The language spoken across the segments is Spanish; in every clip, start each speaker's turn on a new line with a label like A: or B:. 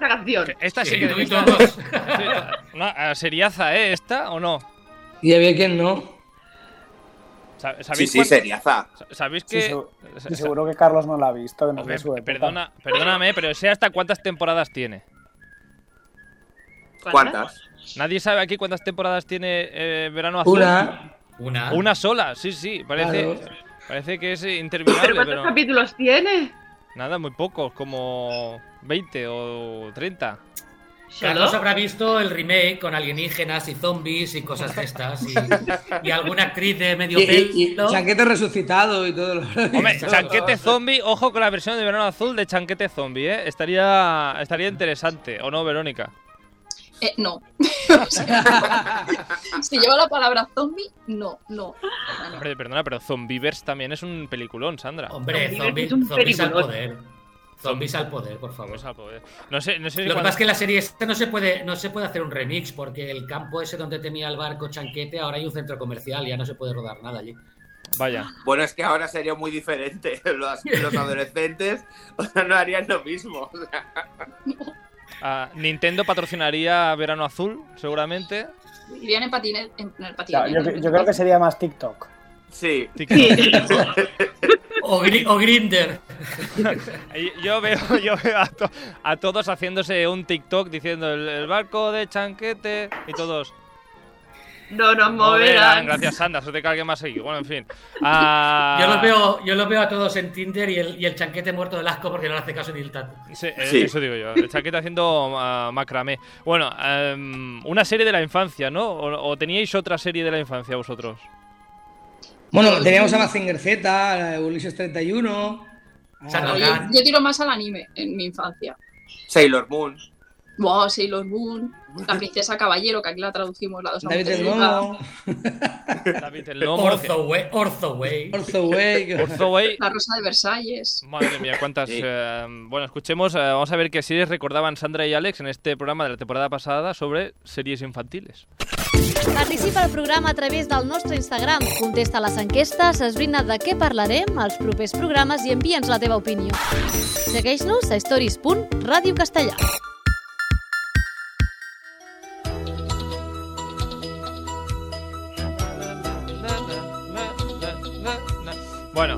A: canción.
B: Esta sí
C: Sí,
B: que
C: lo vi
B: esta-
C: todos.
B: sí, no, ah, seriaza, ¿eh? ¿Esta o no?
D: Y había quien no.
B: Sa-
E: Sí,
B: ¿Sabéis
E: sí,
B: cuánto-
E: seriaza.
B: sa- ¿Sabéis
F: Sí,
B: que...?
F: segu-
B: sa-
F: y
B: sa-
F: seguro que Carlos no la ha visto. que no es de
B: Hombre,
F: su época.
B: perdona, perdóname, pero sé hasta cuántas temporadas tiene.
E: ¿Cuántas?
B: Nadie sabe aquí cuántas temporadas tiene eh, Verano Azul.
D: Una.
C: Una.
B: Una sola, sí, sí. Parece, parece que es eh, interminable,
A: ¿Pero
B: pero,
A: cuántos capítulos tiene?
B: nada, muy pocos, como 20 o 30.
A: ¿Solo?
C: Carlos habrá visto el remake con alienígenas y zombies y cosas de estas. Y, y alguna actriz de medio
D: Y, y- y
C: pelo.
D: chaquete resucitado y todo lo
B: Hombre,
C: Eso.
B: Chanquete Zombie, ojo con la versión de Verano Azul de Chanquete Zombie, ¿eh? Estaría, estaría interesante, ¿o no, Verónica?
G: Eh, no. O sea, si lleva la palabra zombie, no, no.
B: Hombre, perdona, pero Zombivers también es un peliculón, Sandra.
C: Hombre,
A: Zombies
C: zombies,
A: es un
C: zombies al
A: peliculón.
C: poder. Zombies al poder, por favor.
B: Vamos a poder- eh. No sé, no sé si
C: Lo que
B: cuando-
C: pasa es que en la serie esta no se puede, no se puede hacer un remix, porque el campo ese donde tenía el barco chanquete, ahora hay un centro comercial, ya no se puede rodar nada allí.
B: Vaya.
E: Bueno, es que ahora sería muy diferente. Los, los adolescentes o sea, no harían lo mismo. O sea,
B: Ah, Nintendo patrocinaría Verano Azul, seguramente.
G: Irían en patines. En, no,
F: Ya,
G: en patines
F: yo, yo creo que sería más TikTok.
E: sí.
B: TikTok.
A: Sí.
C: O, Gri- o Grinder.
B: Y Yo veo, yo veo a, to- a todos haciéndose un TikTok diciendo el, el barco de Chanquete y todos.
A: No nos
B: "Moverán".
A: moverán.
B: Gracias, Sandra, se te cargue más seguido. Bueno, en fin. Ah,
C: Yo los veo, yo los veo a todos en Tinder y el, y el chanquete muerto del asco porque no le hace caso ni el tato.
B: Sí, eh,
E: Sí.
B: Eso digo yo. El Chanquete haciendo ah, macramé. Bueno, em, una serie de la infancia, ¿no? ¿O, o teníais otra serie de la infancia vosotros?
D: Bueno, teníamos a Mazinger Z, a Ulises 31.
C: Sandra
G: Yo,
C: Orgán.
G: yo tiro más al anime en mi infancia.
E: Sailor Moon.
G: Wow, Sailor Moon, la princesa caballero, que aquí la traducimos la dos a
D: David
G: una
D: el
G: peluca.
D: Nomo.
B: David el Lomo.
C: Orzo Way. Orzo Way.
D: Orzo Way. que-
B: Orzo Way.
G: La rosa de Versalles.
B: Madre mía, cuántas.
E: Sí.
B: eh, bueno, escuchemos. eh, vamos a ver qué series recordaban Sandra y Alex en este programa de la temporada pasada sobre series infantiles.
H: Participa al programa a través del nostre Instagram. Contesta les enquestes, esbrina de què parlarem als propers programes i envia'ns la teva opinió. Segueix-nos a stories.radiocastellà.
B: Bueno,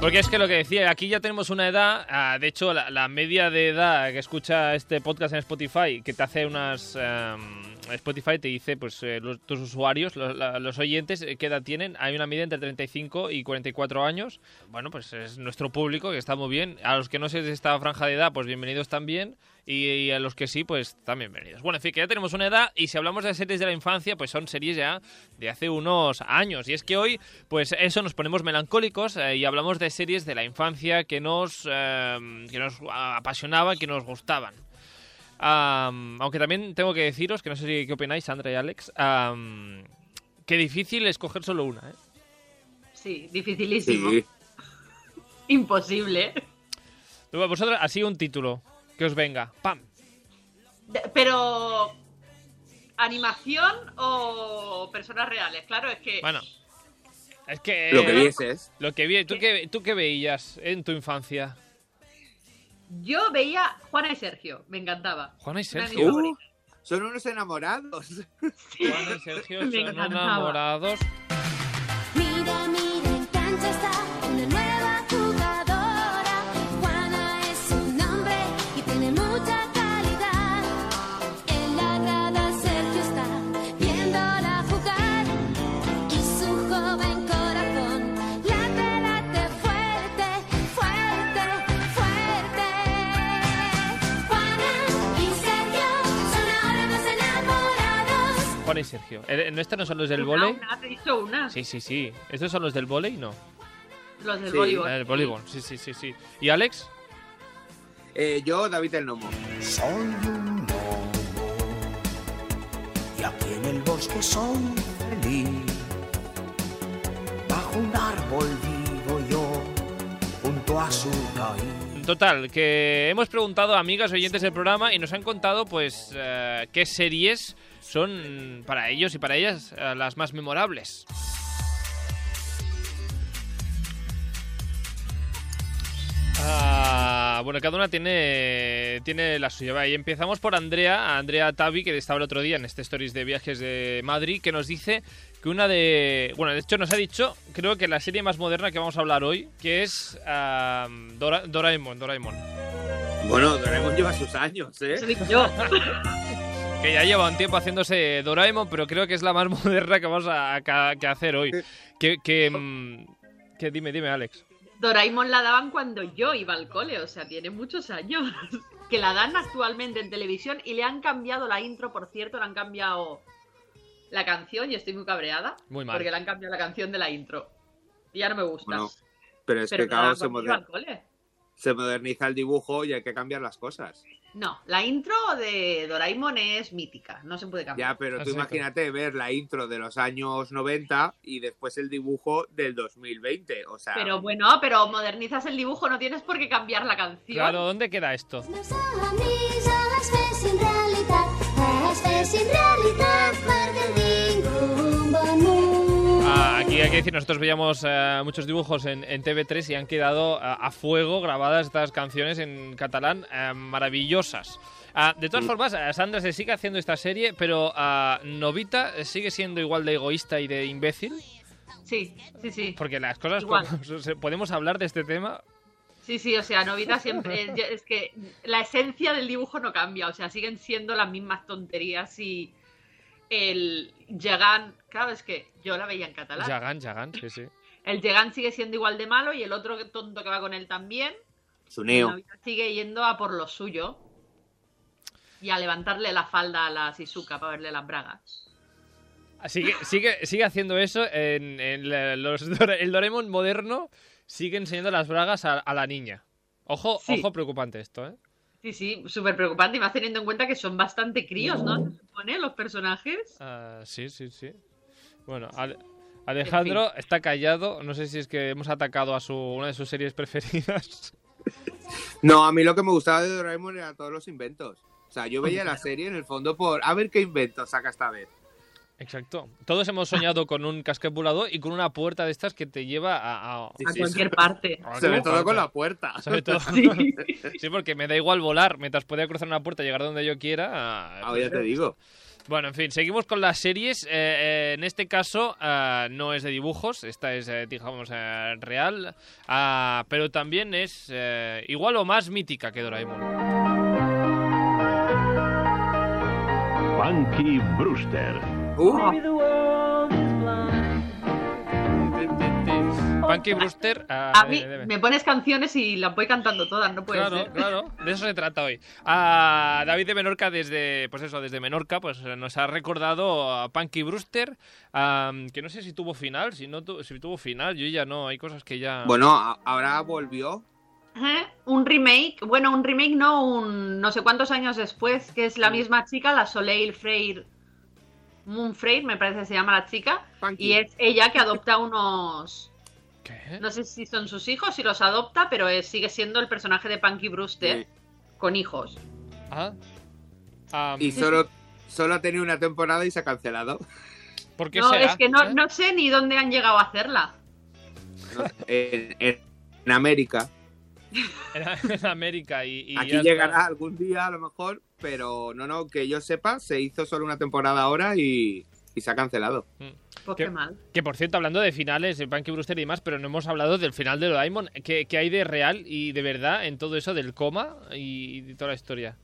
B: porque es que lo que decía, aquí ya tenemos una edad, ah, de hecho la, la media de edad que escucha este podcast en Spotify, que te hace unas... em, Spotify te dice, pues eh, los, tus usuarios, los, la- los oyentes, eh, qué edad tienen. Hay una media entre 35 y 44 años. Bueno, pues es nuestro público, que está muy bien. A los que no se de esta franja de edad, pues bienvenidos también. Y, y a los que sí, pues también bienvenidos. Bueno, en fin, que ya tenemos una edad y si hablamos de series de la infancia, pues son series ya de hace unos años. Y es que hoy, pues eso, nos ponemos melancólicos eh, y hablamos de series de la infancia que nos, eh, que nos ah, apasionaban, que nos gustaban. Am, aunque también tengo que deciros, que no sé si qué opináis, Sandra y Alex, am, que difícil escoger solo una. ¿eh?
A: Sí, dificilísimo. Imposible.
B: Vosotros, así un título, que os venga. ¡Pam!
A: De- Pero. ¿Animación o personas reales? Claro, es que.
B: Bueno. Es que...
E: Eh. Lo que vieses.
B: Lo que vi, ¿tú qué, ¿tú qué veías en tu infancia?
A: Yo veía Juana y Sergio, me encantaba.
B: Juana y
A: Una de mis
B: Sergio.
E: Uh.
A: favoritas.
E: Son unos enamorados.
B: Juana y Sergio
A: Me
B: son
A: encantaba.
B: enamorados.
H: Mire, mire, cancha está una nueva jugadora. Juana es su nombre y tiene mucha calidad. En la grada Sergio está viéndola jugar. Y su joven corazón late, late fuerte, fuerte, fuerte. Juana y Sergio son ahora más enamorados.
B: Juana y Sergio. Eh, ¿No estos no son los del
A: Una,
B: volei?
A: una, te he dicho una.
B: Sí, sí, sí. ¿Estos son los del volei? No.
A: Los del
E: Sí,
A: voleibol.
B: El voleibol. Sí, sí, sí, sí. ¿Y Alex?
E: Eh, yo, David el Nomo.
I: Soy un lobo y aquí en el bosque soy feliz. Bajo un árbol vivo yo, junto a su raíz.
B: Total, que hemos preguntado a amigas oyentes del programa y nos han contado, pues, eh, qué series son para ellos y para ellas eh, las más memorables. Ah, Ah, bueno, cada una tiene, tiene la suya. Va, Y empezamos por Andrea, a Andrea Tavi, que estaba el otro día en este Stories de Viajes de Madrid, que nos dice que una de... Bueno, de hecho nos ha dicho, creo que la serie más moderna que vamos a hablar hoy, que es ah, Dora- Doraemon, Doraemon.
E: Bueno, Doraemon lleva sus años, ¿eh?
A: Eso digo yo.
B: Que ya lleva un tiempo haciéndose Doraemon, pero creo que es la más moderna que vamos a, a- que- que hacer hoy. Que, que, mm, que dime, dime, Alex.
A: Doraemon la daban cuando yo iba al cole, o sea, tiene muchos años. Que la dan actualmente en televisión y le han cambiado la intro, por cierto, le han cambiado la canción y estoy muy cabreada.
B: Muy mal.
A: Porque le han cambiado la canción de la intro. Y ya no me gusta.
E: Bueno, pero es
A: Pero
E: que
A: la daban
E: claro, se,
A: cuando
E: moder-
A: iba al cole.
E: se moderniza el dibujo y hay que cambiar las cosas.
A: No, la intro de Doraemon es mítica, no se puede cambiar.
E: Ya, pero tú
B: Exacto.
E: imagínate ver la intro de los años 90 y después el dibujo del 2020. O sea,
A: Pero bueno, pero modernizas el dibujo, no tienes por qué cambiar la canción.
B: Claro, ¿dónde queda esto?
J: Nos unís a les fes sin realitat, les fes sin realitat perquè ningú bon món.
B: Ah, aquí hay que decir, nosotros veíamos eh, muchos dibujos en, en TV3 y han quedado eh, a fuego grabadas estas canciones en catalán eh, maravillosas. Ah, de
A: Mm.
B: todas formas, eh, Sandra se sigue haciendo esta serie, pero ah, Novita sigue siendo igual de egoísta y de imbécil,
A: Sí, sí, sí.
B: porque las cosas
A: Igual.
B: como- se- podemos hablar de este tema.
A: Sí, sí, o sea, Novita siempre. Es, es que la esencia del dibujo no cambia, o sea, siguen siendo las mismas tonterías y el Jagan. Claro, es que yo la veía en catalán.
B: Yagan, Yagan, sí, sí.
A: El Jagan sigue siendo igual de malo y el otro tonto que va con él también.
E: su
A: Y
E: neo.
A: Novita sigue yendo a por lo suyo y a levantarle la falda a la Shizuka para verle las bragas.
B: Ah, Sigue, sigue, sigue haciendo eso en, en la- los Dora- el Doraemon moderno, sigue enseñando las bragas a, a la niña. Ojo,
A: Sí.
B: ojo preocupante esto, ¿eh?
A: Sí, sí, súper preocupante y más teniendo en cuenta que son bastante críos, ¿no? Se supone los personajes.
B: Ah, sí, sí, sí. Bueno, Ale- Alejandro está callado. No sé si es que hemos atacado a su, una de sus series preferidas.
E: No, a mí lo que me gustaba de Doraemon era todos los inventos. O sea, yo veía la serie en el fondo por a ver qué invento saca esta vez.
B: Exacto. Todos hemos soñado con un casquete volador y con una puerta de estas que te lleva a. a-
E: Sí,
A: A
E: sí,
A: cualquier parte.
B: a
E: Sobre
B: alguna
E: todo con la
B: parte.
E: puerta.
B: Sobre todo.
A: Sí.
B: Sí, porque me da igual volar. Mientras pueda cruzar una puerta y llegar donde yo quiera. ah,
E: Ah, ya te digo.
B: Bueno, en fin, seguimos con las series. Eh, eh, en este caso ah, no es de dibujos, esta es, eh, digamos, eh, real, Ah, pero también es eh, igual o más mítica que Doraemon.
I: Punky Brewster.
E: Uh,
B: Punky Brewster. ah,
A: Oh, A mí
B: debe-
A: me pones canciones y las voy cantando todas, no puede
B: Claro,
A: ser.
B: claro, de eso se trata hoy. Ah, David de Menorca desde, pues eso, desde Menorca, pues eh, nos ha recordado a Punky Brewster, ah, que no sé si tuvo final, si no tu- si tuvo final, yo ya no, hay cosas que ya.
E: bueno, a- ahora volvió.
A: Ajá, Un remake, bueno, un remake no, un no sé cuántos años después, que es la misma chica, la Soleil Freire, Moon Freire, me parece que se llama la chica,
E: Punky.
A: y es ella que adopta unos,
B: ¿Qué?
A: no sé si son sus hijos, si los adopta, pero es- sigue siendo el personaje de Punky Brewster
E: Sí.
A: con hijos.
B: Ah. Ah,
E: Y solo, solo ha tenido una temporada y se ha cancelado.
B: ¿Por qué
A: No,
B: será?
A: es que no,
B: ¿Eh?
A: no sé ni dónde han llegado a hacerla.
E: En, en- en América.
B: en, en América y, y
E: Aquí
B: ya está.
E: llegará algún día a lo mejor, pero no, no, que yo sepa, se hizo solo una temporada ahora y, y se ha cancelado.
A: Pues
B: ¿Qué?
A: qué mal.
B: Que por cierto, hablando de finales, de Punky Brewster y demás, pero no hemos hablado del final de Doraemon. ¿Qué, qué hay de real y de verdad en todo eso del coma y, y toda la historia?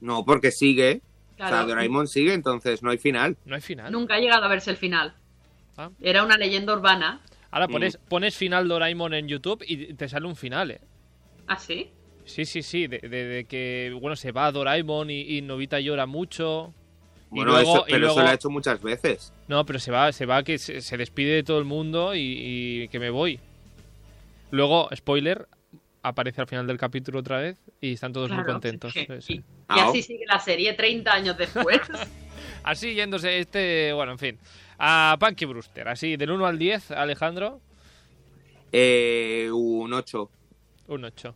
E: No, porque sigue. O sea,
A: Claro,
E: Doraemon sigue, entonces no hay final.
B: No hay final.
A: nunca ha llegado a verse el final.
B: Ah.
A: Era una leyenda urbana.
B: Ahora
E: Mm.
B: pones, pones final Doraemon en YouTube y te sale un final, ¿eh?
A: ¿Ah, sí?
B: Sí, sí, sí, de, de- de que, bueno, se va Doraemon y, y Novita llora mucho. Y
E: Bueno,
B: luego-
E: eso-
B: y
E: pero
B: luego-
E: eso lo ha hecho muchas veces.
B: No, pero se va, se va, que se, se despide de todo el mundo y, y que me voy. Luego, spoiler, aparece al final del capítulo otra vez y están todos muy
A: Claro,
B: contentos.
A: sí,
B: Sí,
A: sí.
B: sí.
A: Y
E: Ah,
A: así sigue la serie 30 años después.
B: Así yéndose este, bueno, en fin. A Punky Brewster, así del 1 al 10, Alejandro,
E: eh, un 8.
B: un 8.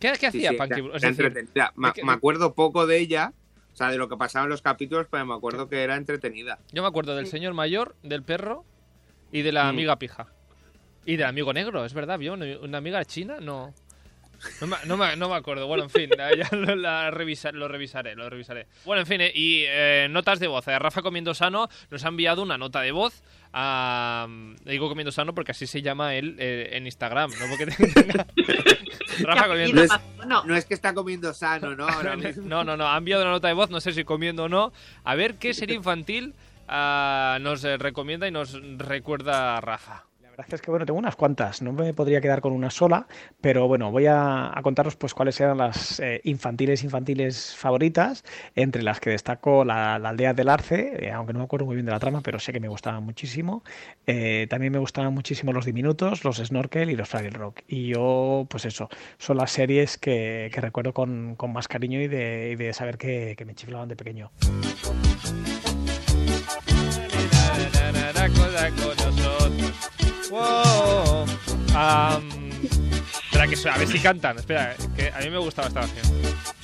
B: ¿Qué, qué hacía Punky Brewster? Es decir,
E: me,
B: que-
E: me acuerdo poco de ella, o sea, de lo que pasaba en los capítulos, pero me acuerdo que era entretenida.
B: yo me acuerdo del señor mayor, del perro y de la
E: Mm.
B: amiga pija. Y del amigo negro, es verdad, ¿vio? ¿Una, una amiga china? No. No me, no me- no me acuerdo. Bueno, en fin, ya lo, la revisa- lo revisaré, lo revisaré. Bueno, en fin, eh, y eh, notas de voz. Eh, Rafa Comiendo Sano nos ha enviado una nota de voz. a- le digo Comiendo Sano porque así se llama él eh, en Instagram. No porque tenga- Rafa
E: No
B: Comiendo
E: es, no es que está comiendo sano, ¿no? Ahora mismo.
B: No, no, no. Ha enviado una nota de voz, no sé si comiendo o no. A ver qué serie infantil ah, nos eh, recomienda y nos recuerda a Rafa.
K: La verdad es que bueno, tengo unas cuantas, no me podría quedar con una sola, pero bueno, voy a, a contaros pues cuáles eran las eh, infantiles infantiles favoritas, entre las que destaco la, la aldea del arce, eh, aunque no me acuerdo muy bien de la trama, pero sé que me gustaba muchísimo. Eh, también me gustaban muchísimo los diminutos, los snorkel y los fraggle rock. Y yo, pues eso, son las series que, que recuerdo con, con más cariño y de, y de saber que, que me chiflaban de pequeño.
B: Wow. Am, espera, que suena, a ver si cantan. Espera, que a mí me gustaba esta canción.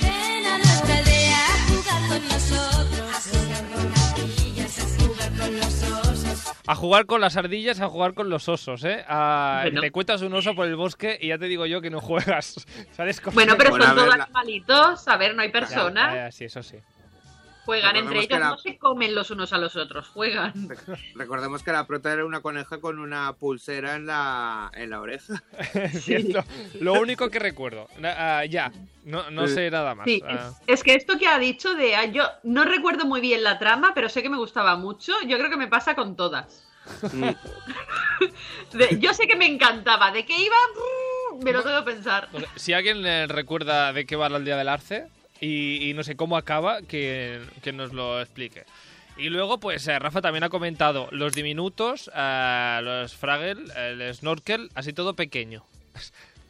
J: Ven a nuestra aldea a jugar con nosotros. A jugar con ardillas, a jugar con los osos.
B: A jugar con las ardillas, a jugar con los osos, ¿eh? A-
A: Bueno.
B: Te cuentas un oso por el bosque y ya te digo yo que no juegas. ¿Sabes? Como-
A: Bueno, pero son todos animalitos, a ver, no hay
B: Ya,
A: personas.
B: ya, ya, sí, eso sí.
A: Juegan
E: Recordemos
A: entre
E: que
A: ellos,
E: la-
A: no se comen los unos a los otros, juegan.
E: Recordemos que la prota era una coneja con una pulsera en la, en la oreja.
B: Es cierto. Lo único que recuerdo. Na- ah, ya. No, no
E: Sí.
B: sé nada más.
A: Sí,
B: Ah.
A: es, es que esto que ha dicho de ah, yo no recuerdo muy bien la trama, pero sé que me gustaba mucho. Yo creo que me pasa con todas.
E: Mm.
A: De- yo sé que me encantaba. ¿De qué iba? Mm, Me lo tengo que pensar.
B: No sé, Si alguien eh, recuerda de qué va la aldea del arce y, y no sé cómo acaba, que, que nos lo explique. Y luego, pues eh, Rafa también ha comentado los diminutos, ah, los Fraggle, el snorkel, así todo pequeño.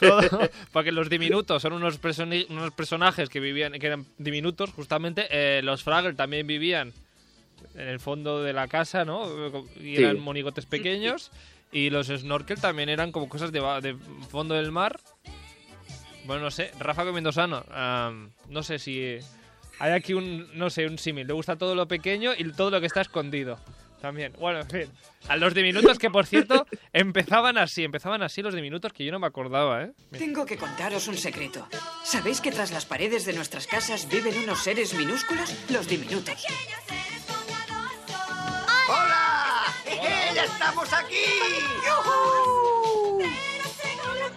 B: Todo- porque los diminutos son unos, personi- unos personajes que vivían que eran diminutos justamente Eh, los Fraggle también vivían en el fondo de la casa no y eran
E: Sí.
B: monigotes pequeños y los snorkel también eran como cosas de, ba- de fondo del mar bueno no sé Rafa Comendosano am, no sé si hay aquí un no sé un símil le gusta todo lo pequeño y todo lo que está escondido también. Bueno, en fin. A los diminutos que, por cierto, empezaban así, empezaban así los diminutos que yo no me acordaba, ¿eh? Mira.
L: Tengo que contaros un secreto. ¿Sabéis que tras las paredes de nuestras casas viven unos seres minúsculos? Los diminutos.
J: ¡Hola! ¡Ya estamos aquí!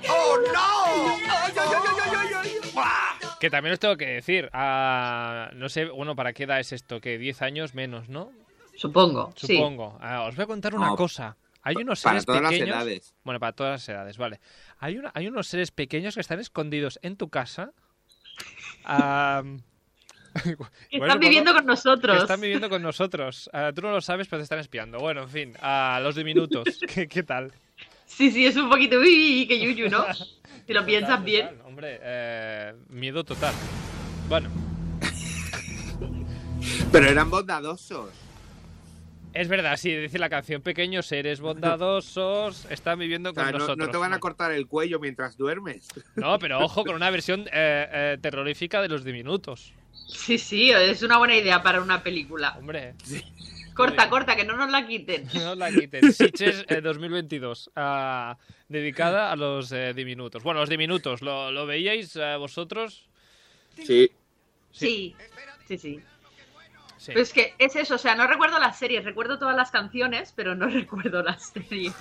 I: ¡Oh, no! ¡Ay, ay, ay, ay, ay, ay!
B: Que también os tengo que decir, ah, no sé, bueno, ¿para qué edad es esto? Que 10 años menos, ¿no?
A: Supongo, sí.
B: Supongo. Ah, os voy a contar una
E: No,
B: cosa. Hay unos
E: para
B: seres
E: todas las
B: pequeños-
E: edades.
B: Bueno, para todas las edades, vale. Hay, una- hay unos seres pequeños que están escondidos en tu casa. ah,
A: Que
B: Bueno,
A: están viviendo
B: Pablo,
A: con nosotros.
B: que están viviendo con nosotros. Ah, tú no lo sabes, pero te están espiando. Bueno, en fin, a los diminutos. ¿Qué, qué tal?
A: Sí, sí, es un poquito uy, que yuyu, ¿no? Si lo piensas
B: Total,
A: bien.
B: total, hombre, eh, miedo total. Bueno,
E: Pero eran bondadosos.
B: es verdad, sí, dice la canción, pequeños seres bondadosos están viviendo
E: O
B: con
E: sea, Ah, no,
B: nosotros.
E: no te van a cortar el cuello mientras duermes.
B: No, pero ojo con una versión eh, eh, terrorífica de los diminutos.
A: Sí, sí, es una buena idea para una película.
B: Hombre.
A: Corta, corta, que no nos la quiten.
B: No la quiten. Sitges eh, 2022, ah, dedicada a los eh, diminutos. Bueno, los diminutos, ¿lo, lo veíais eh, vosotros?
E: Sí.
A: Sí, sí, sí.
B: Sí.
A: Pero es que es eso, o sea, no recuerdo las series, recuerdo todas las canciones, pero no recuerdo las series.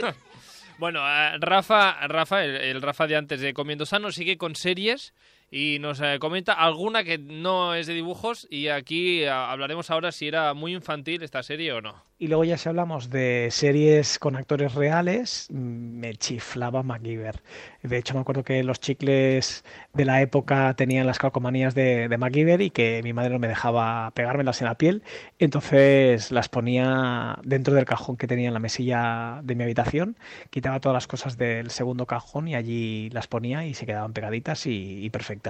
B: Bueno, eh, Rafa, Rafa el, el Rafa de antes de Comiendo Sano sigue con series y nos eh, comenta alguna que no es de dibujos y aquí ah, hablaremos ahora si era muy infantil esta serie o no.
K: Y luego ya si hablamos de series con actores reales, mm, me chiflaba MacGyver. De hecho, me acuerdo que los chicles de la época tenían las calcomanías de, de MacGyver y que mi madre no me dejaba pegármelas en la piel. Entonces las ponía dentro del cajón que tenía en la mesilla de mi habitación, quitaba todas las cosas del segundo cajón y allí las ponía y se quedaban pegaditas y- y perfectas.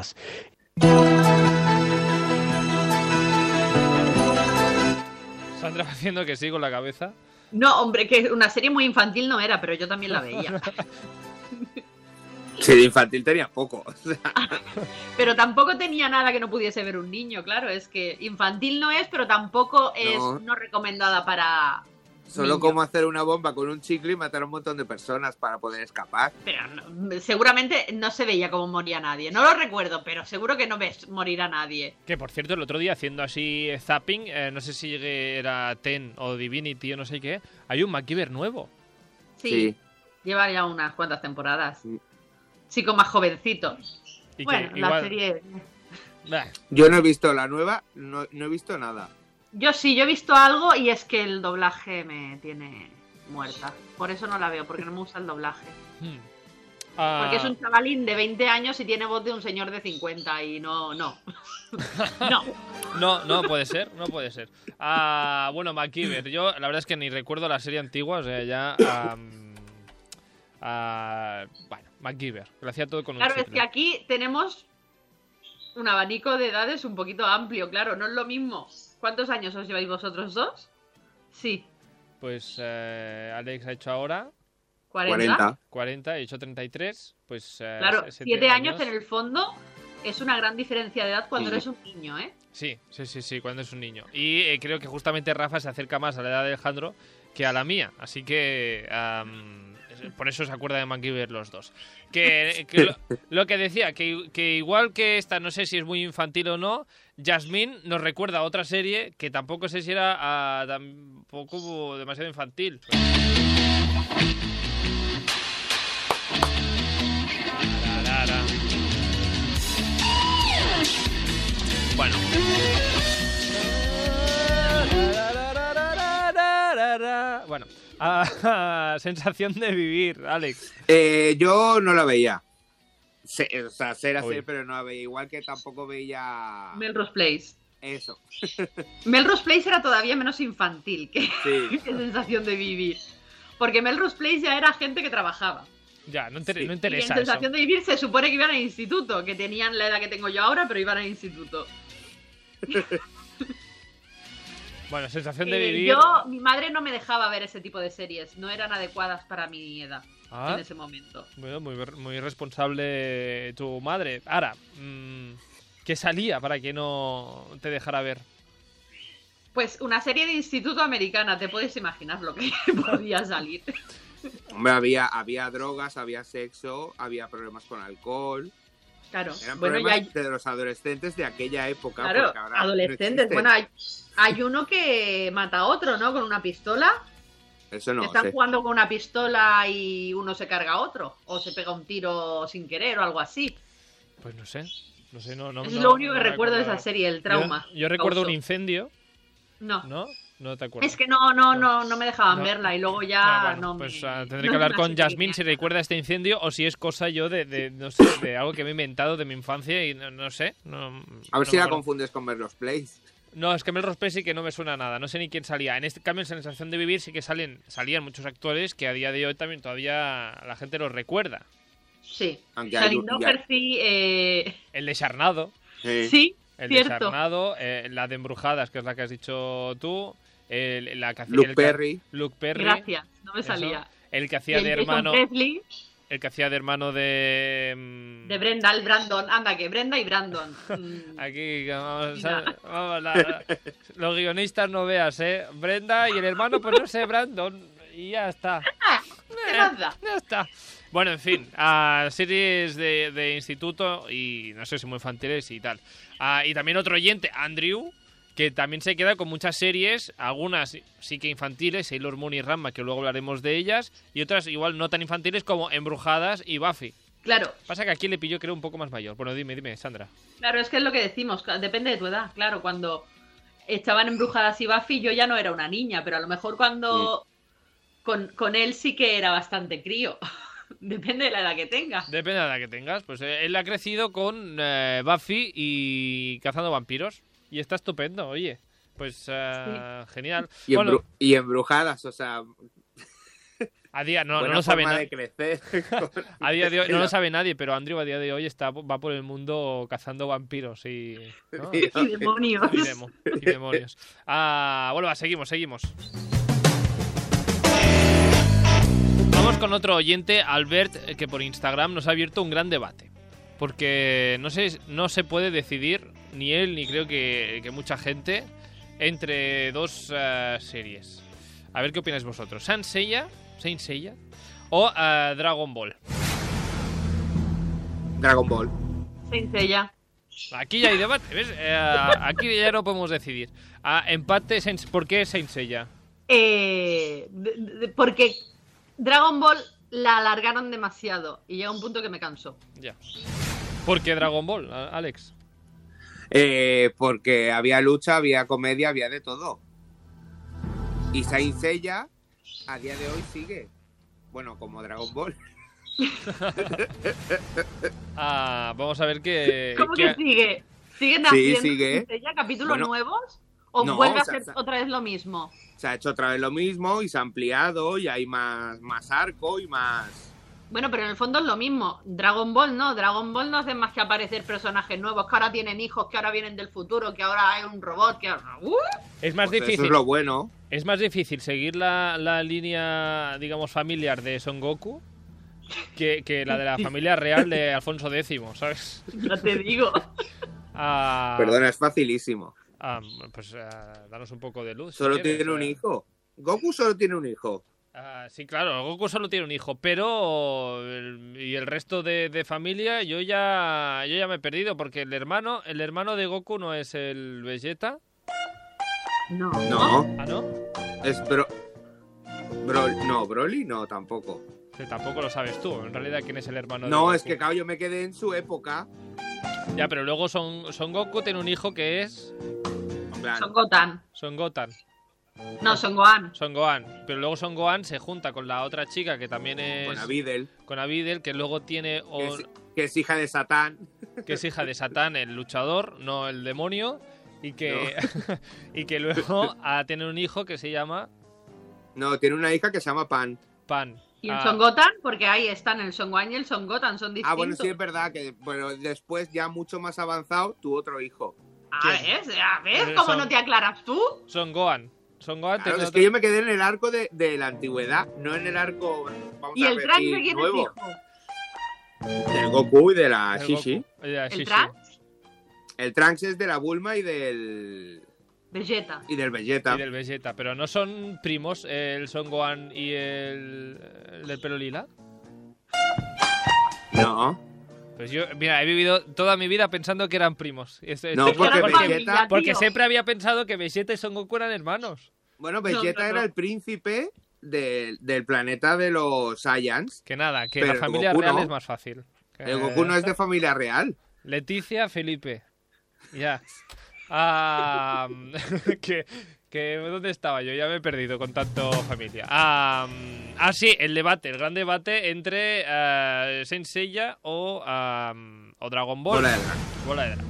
B: Sandra va haciendo que sí con la cabeza.
A: No, hombre, que una serie muy infantil no era, pero yo también la veía.
E: Sí, de infantil tenías poco. O sea,
A: Pero tampoco tenía nada que no pudiese ver un niño, claro, es que infantil no es, pero tampoco es
E: No.
A: no recomendada para,
E: Solo
A: Niño.
E: como hacer una bomba con un chicle y matar a un montón de personas para poder escapar.
A: Pero no- seguramente no se veía cómo moría nadie. No lo recuerdo, pero seguro que no ves morir a nadie.
B: Que por cierto, el otro día haciendo así eh, zapping, eh, no sé si llegué, era Ten o Divinity o no sé qué, hay un MacGyver nuevo.
A: Sí.
B: Sí.
A: Lleva ya unas cuantas temporadas. Chico más jovencito.
B: Y que
A: Bueno, la
E: igual-
A: serie.
E: Yo no he visto la nueva, no, no he visto nada.
A: Yo sí, yo he visto algo y es que el doblaje me tiene muerta. Por eso no la veo, porque no me gusta el doblaje.
B: hmm. Ah,
A: Porque es un chavalín de 20 años y tiene voz de un señor de 50 y no, no.
B: No, no puede ser, no puede ser. Ah, bueno, MacGyver, yo la verdad es que ni recuerdo la serie antigua, o sea, ya... ah, mm, ah, bueno, MacGyver, lo hacía todo con un
A: Claro, es
B: chicle.
A: que aquí tenemos un abanico de edades un poquito amplio, claro, no es lo mismo. ¿Cuántos años os lleváis vosotros dos? Sí,
B: Pues eh, Alex ha hecho ahora...
A: 40.
B: 40, he hecho 33, pues... eh,
A: Claro,
B: siete
A: siete años en el fondo es una gran diferencia de edad cuando
B: Sí.
A: eres un niño, ¿eh?
B: Sí, sí, sí, sí, cuando es un niño. Y eh, creo que justamente Rafa se acerca más a la edad de Alejandro que a la mía. Así que am, por eso se acuerda de MacGyver los dos. Que, eh, que lo, lo que decía, que, que igual que esta, no sé si es muy infantil o no, Jasmine nos recuerda a otra serie que tampoco sé si era ah, tampoco demasiado infantil. Ra, ra, ra. Bueno. Bueno, ah, sensación de vivir, Alex.
E: Eh, yo no la veía. Se- o sea, será
B: Uy.
E: ser, pero no la veía. Igual que tampoco veía.
A: Melrose Place.
E: Eso.
A: Melrose Place era todavía menos infantil que
E: Sí.
A: qué sensación de vivir. Porque Melrose Place ya era gente que trabajaba.
B: Ya, no, inter- no
A: Y en
B: interesa eso.
A: sensación de vivir se supone que iban al instituto, que tenían la edad que tengo yo ahora, pero iban al instituto.
B: Bueno, sensación de
A: Eh,
B: vivir.
A: Yo, mi madre no me dejaba ver ese tipo de series, no eran adecuadas para mi edad
B: Ah.
A: en ese momento.
B: Bueno, muy, ver- muy responsable tu madre. Ahora, mm, ¿qué salía para que no te dejara ver?
A: Pues una serie de instituto americana, te puedes imaginar lo que podía salir.
E: Hombre, había, había drogas, había sexo, había problemas con alcohol.
A: Claro,
E: Eran
A: bueno, ya
E: problemas de los adolescentes de aquella época.
A: Claro,
E: porque ahora no
A: adolescentes.
E: existen.
A: bueno, hay, hay uno que mata a otro, ¿no? Con una pistola.
E: Eso no.
A: Están
E: sé.
A: jugando con una pistola y uno se carga a otro. O se pega un tiro sin querer o algo así.
B: Pues no sé. No sé, no, no.
A: es
B: no-
A: lo único
B: no
A: que recuerdo de esa
B: recuerdo.
A: serie, el
B: Yo-
A: trauma.
B: Yo, recuerdo un
A: Causó.
B: incendio,
A: No.
B: ¿no? No te acuerdas.
A: Es que no, no, no, no me dejaban
B: No.
A: verla y luego
B: Ah,
A: ya
B: bueno,
A: no, me-
B: pues ah, tendré
A: no
B: que
A: me
B: hablar con
A: hace
B: Jasmine si recuerda este incendio o si es cosa yo de, de, no sé, de algo que me he inventado de mi infancia y no, no sé. no-
E: A
B: no
E: ver si
B: me
E: la
B: acuerdo.
E: confundes con Merlos Place.
B: No, es que Melrose Place sí que no me suena a nada. No sé ni quién salía. En este cambio, en Sensación de Vivir sí que salen, salían muchos actores que a día de hoy también todavía la gente los recuerda.
A: Sí.
B: Aunque hay
A: Charlie
B: un- ya-
A: Doherty, eh,
B: El desarnado.
A: Sí,
B: El
A: cierto.
B: desarnado, eh, la de Embrujadas, que es la que has dicho tú. el- la que hacía-
E: Luke
B: el que-
E: Perry.
B: Luke Perry.
A: Gracias, no me
B: Eso.
A: salía.
B: El que hacía
A: Y el
B: de
A: Jason
B: hermano.
A: Presley.
B: El que hacía de hermano de. mm,
A: De Brenda, el Brandon. Anda, que Brenda y Brandon. Mm,
B: Aquí, vamos,
A: Mira.
B: a- vamos, la- la- los guionistas no veas, ¿eh? Brenda y el hermano, pues no sé, Brandon. Y ya está.
A: Ah,
B: Eh,
A: ¿Qué más da?
B: Ya está. Bueno, en fin, ah, series de, de instituto y no sé si muy infantiles y tal. Ah, y también otro oyente, Andrew, que también se queda con muchas series, algunas sí que infantiles, Sailor Moon y Rama, que luego hablaremos de ellas, y otras igual no tan infantiles como Embrujadas y Buffy.
A: Claro.
B: Pasa que aquí le pilló, creo, un poco más mayor. Bueno, dime, dime, Sandra.
A: Claro, es que es lo que decimos, cla- depende de tu edad, claro, cuando estaban embrujadas y Buffy yo ya no era una niña, pero a lo mejor cuando con, con él sí que era bastante crío, depende de la edad que tenga.
B: Depende de la que tengas. Pues eh, él ha crecido con eh, Buffy y Cazando Vampiros. Y está estupendo, oye. Pues eh, genial.
E: Y,
B: Bueno,
E: embru- y embrujadas, o sea.
B: a día no, no
E: buena
B: lo sabe
E: forma
B: na-
E: de crecer.
B: A día de hoy, no lo sabe nadie, pero Andrew a día de hoy está, va por el mundo cazando vampiros y, ¿no?
E: Y
A: Ah, demonios.
B: Y, demo- y demonios. Ah, bueno, va, seguimos, seguimos. Vamos con otro oyente, Albert, eh, que por Instagram nos ha abierto un gran debate. Porque no se, no se puede decidir, ni él ni creo que, que mucha gente, entre dos eh, series. A ver qué opináis vosotros. ¿Saint Seiya? ¿Saint Seiya? ¿O eh, Dragon Ball?
E: Dragon Ball.
A: Sencilla.
B: Aquí ya hay debate, ¿ves? Eh, aquí ya no podemos decidir. Ah, empate, Saint- ¿por qué Saint Seiya?
A: Eh, de- de- porque Dragon Ball la alargaron demasiado y llega un punto que me cansó.
B: Ya. ¿Por qué Dragon Ball, A- Alex?
E: Eh, porque había lucha, había comedia, había de todo. Y Saint Seiya a día de hoy sigue. Bueno, como Dragon Ball.
B: Ah, vamos a ver qué...
A: ¿Cómo
B: qué-
A: que sigue? ¿Siguen
E: Sí,
A: haciendo
E: sigue.
A: Sencilla capítulos
E: Bueno,
A: nuevos? ¿O
E: no,
A: vuelve
E: o
A: a
E: sea,
A: ser
E: sa-
A: otra vez lo mismo?
E: Se ha hecho otra vez lo mismo y se ha ampliado y hay más, más arco y más...
A: Bueno, pero en el fondo es lo mismo. Dragon Ball no. Dragon Ball no hacen más que aparecer personajes nuevos que ahora tienen hijos, que ahora vienen del futuro, que ahora hay un robot, que ahora... ¡Uh!
B: Es más
E: Pues eso
B: difícil.
E: es lo bueno.
B: ¿Es más difícil seguir la, la línea, digamos, familiar de Son Goku que, que la de la familia real de Alfonso X, ¿sabes?
A: Ya te digo.
B: Ah,
E: Perdona, es facilísimo.
B: ah, pues ah, danos un poco de luz. si
E: Solo
B: quieres,
E: tiene un
B: ah.
E: hijo. Goku solo tiene un hijo.
B: Ah, sí, claro, Goku solo tiene un hijo, pero el- y el resto de, de familia yo ya yo ya me he perdido porque el hermano el hermano de Goku no es el Vegeta.
A: No.
E: No.
B: Ah, no.
E: Es bro... Bro- No, Broly no, tampoco.
B: Que tampoco lo sabes tú, en realidad quién es el hermano. de
E: No,
B: Goku.
E: es que claro, yo me quedé en su época.
B: ya, pero luego Son Son Goku tiene un hijo que es
E: En plan,
A: Son Gotan.
B: Son Gotan.
A: No, Son Gohan.
B: Son Gohan, pero luego Son Gohan se junta con la otra chica que también es
E: Con Abidel,
B: con Abidel, que luego tiene
E: que
B: o-
E: es, que es hija de Satán.
B: que es hija de Satán, el luchador, no el demonio, y que y que luego ah, tiene un hijo que se llama
E: No, tiene una hija que se llama Pan.
B: Pan.
A: Y el
B: Ah,
A: Son Gotan, porque ahí están el Son Gohan y el Son Gotan, son distintos.
E: Ah, bueno, sí es verdad que pero después, ya mucho más avanzado, tuvo otro hijo.
A: A ver, a ver,
E: Eh,
A: Ah, ¿cómo
E: son-
A: no te aclaras tú?
B: Son Gohan. Son Gohan
E: Claro,
B: tiene
E: es
B: otro-
E: que yo me quedé en el arco de, de la antigüedad, no en el arco vamos
A: ¿Y
E: a
A: el
E: ver,
A: Trunks
E: sí,
A: de quién es
E: nuevo. Ah,
A: hijo?
E: Del Goku y de la
B: El
E: Shishi.
B: Goku. Ya,
A: ¿El
B: Shishi.
A: Trunks?
E: El Trunks es de la Bulma y del
A: Vegeta.
E: y del Vegeta.
B: Y del Vegeta, pero no son primos eh, el Son Gohan y el, el del pelo lila.
E: No,
B: Pues yo, mira, he vivido toda mi vida pensando que eran primos. Es- es-
E: No,
B: es-
E: porque
B: porque,
E: Vegeta- tío.
B: porque siempre había pensado que Vegeta y Son Goku eran hermanos.
E: bueno, Vegeta
B: no, no.
E: era el príncipe de- del planeta de los Saiyans.
B: Que nada, que
E: Pero
B: la familia
E: Goku
B: real
E: no.
B: es más fácil.
E: El Goku no es de
B: Eh,
E: familia real.
B: Leticia Felipe. Ya. Ah, que, que- ¿Dónde estaba yo? Ya me he perdido con tanto familia. Ah, mm, ah, sí, el debate, el gran debate entre eh, Saint Seiya o, ah, o Dragon Ball.
E: Bola de drag.
B: Bola de drag.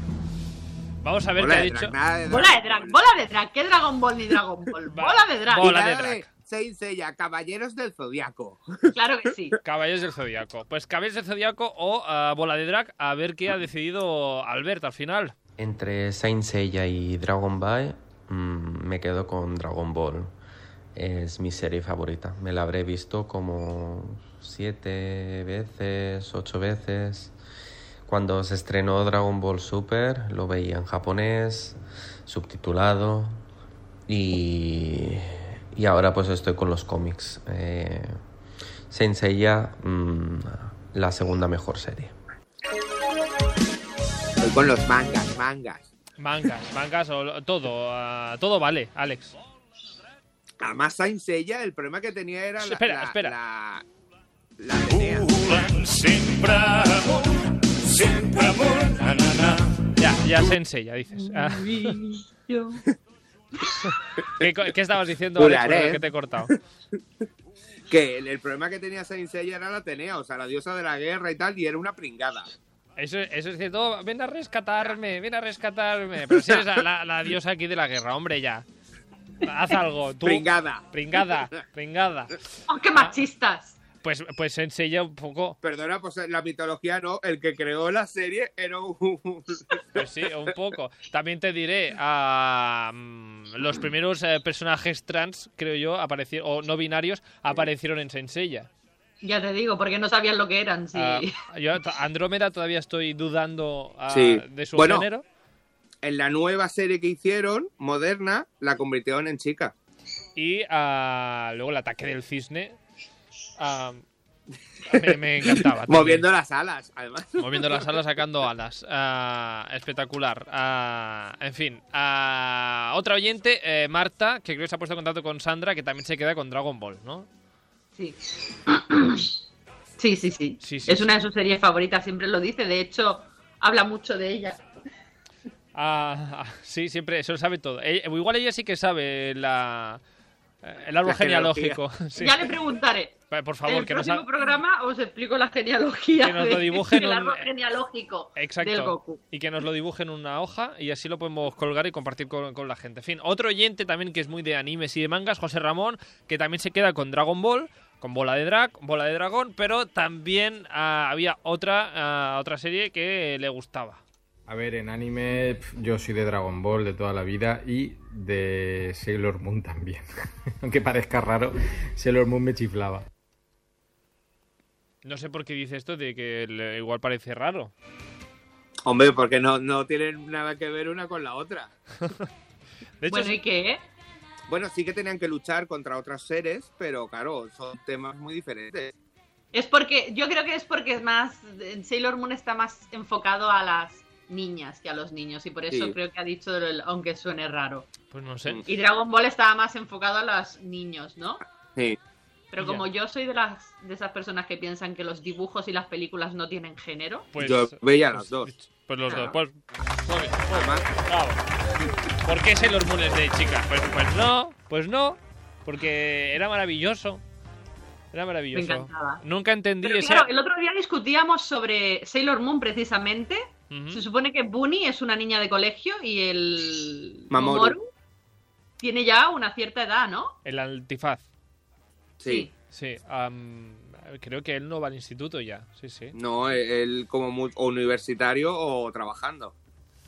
B: Vamos a ver
E: Bola
B: qué ha
E: de drag,
B: dicho.
E: nada de drag.
A: Bola de drag, bola de drag, ¿qué Dragon Ball ni Dragon Ball? Bola de drag.
B: Bola
E: Y
B: de
E: nada
B: drag.
E: Saint Seiya, Caballeros del Zodiaco.
A: Claro que sí.
B: Caballeros del Zodiaco. Pues Caballeros del Zodiaco o ah, Bola de Drag, a ver qué ha decidido Albert al final.
M: Entre Saint Seiya y Dragon Ball, mm, me quedo con Dragon Ball. Es mi serie favorita. Me la habré visto como siete veces, ocho veces. Cuando se estrenó Dragon Ball Super, lo veía en japonés, subtitulado. Y, y ahora pues estoy con los cómics. Eh, Saint Seiya, mm, la segunda mejor serie.
E: Voy con los mangas, mangas.
B: Mangas, mangas o lo- todo, ah, todo vale, Alex.
E: Además, Saint Seiya, el problema que tenía era la,
B: Espera,
E: la-
B: espera.
E: la- la apnea.
B: Ya, ya sensei, ya dices. Ah, ¿Qué, co- qué estabas diciendo, Alex?
E: Curaré.
B: Perdón, que te he cortado.
E: Que el, el problema que tenía Saint Seiya era la Atenea, o sea, la diosa de la guerra y tal, y era una pringada.
B: Eso, eso es cierto. Ven a rescatarme, ven a rescatarme. Pero si eres la, la- la diosa aquí de la guerra, hombre, ya. Haz algo, tú.
E: Pringada.
B: Pringada, pringada.
A: ¡Oh, qué machistas!
B: Pues, pues enseña un poco.
E: Perdona, pues la mitología no, el que creó la serie era un...
B: Pues sí, un poco. También te diré, ah, mm, los primeros eh, personajes trans, creo yo, aparecieron, o no binarios, aparecieron en Senseiya.
A: Ya te digo, porque no sabían lo que eran. Sí.
B: Ah, yo, t- Andrómeda todavía estoy dudando ah,
E: Sí.
B: de su
E: Bueno.
B: género.
E: En la nueva serie que hicieron, moderna, la convirtieron en chica.
B: Y ah, luego el ataque del cisne. ah, me, me encantaba. también.
E: Moviendo las alas, además.
B: Moviendo las alas, sacando alas. Ah, espectacular. Ah, en fin. Ah, otra oyente, eh, Marta, que creo que se ha puesto en contacto con Sandra, que también se queda con Dragon Ball, ¿no?
A: Sí. Sí, sí, sí.
B: sí,
A: es una
B: sí.
A: de sus series favoritas, siempre lo dice. De hecho, habla mucho de ella.
B: Ah, ah, sí, siempre, eso lo sabe todo. Ella- igual ella sí que sabe la, eh, el árbol
A: La genealogía.
B: genealógico. sí.
A: Ya le preguntaré.
B: Pa- Por
A: en
B: favor,
A: el
B: que nos,
A: próximo
B: ha-
A: programa os explico la genealogía.
B: Que nos lo
A: de-
B: dibujen
A: del
B: un-
A: árbol genealógico
B: Exacto.
A: del Goku.
B: Y que nos lo dibujen en una hoja y así lo podemos colgar y compartir con, con la gente. En fin, otro oyente también que es muy de animes y de mangas, José Ramón, que también se queda con Dragon Ball, con Bola de Drag, Bola de Dragón, pero también ah, había otra, ah, otra serie que le gustaba.
N: A ver, en anime pf, yo soy de Dragon Ball de toda la vida y de Sailor Moon también. Aunque parezca raro, Sailor Moon me chiflaba.
B: No sé por qué dice esto de que le- igual parece raro.
E: Hombre, porque no, no tienen nada que ver una con la otra.
A: bueno, ¿y qué?
E: Bueno, sí que tenían que luchar contra otras seres, pero claro, son temas muy diferentes.
A: Es porque, yo creo que es porque es más, en Sailor Moon está más enfocado a las niñas que a los niños y por eso
B: Sí.
A: creo que ha dicho el- aunque suene raro.
B: Pues no sé.
A: Y Dragon Ball estaba más enfocado a los niños, ¿no?
E: Sí.
A: Pero como yo soy de las de esas personas que piensan que los dibujos y las películas no tienen género,
B: Pues,
E: Yo veía las
B: pues-
E: dos.
B: Pues los dos.
A: Ah.
E: Claro.
B: Pues, muy bien. Bravo. ¿Por qué Sailor Moon es de chicas? Pues, pues no, pues no, porque era maravilloso. Era maravilloso.
A: Me encantaba.
B: Nunca entendí
A: Pero
B: esa.
A: claro, el otro día discutíamos sobre Sailor Moon precisamente.
B: Ujú.
A: Se supone que Bunny es una niña de colegio y el
B: Mamoru.
A: tiene ya una cierta edad, ¿no?
B: El altifaz.
E: Sí.
B: Sí. am, creo que él no va al instituto ya. Sí, sí.
E: No, él como mu- o universitario o trabajando.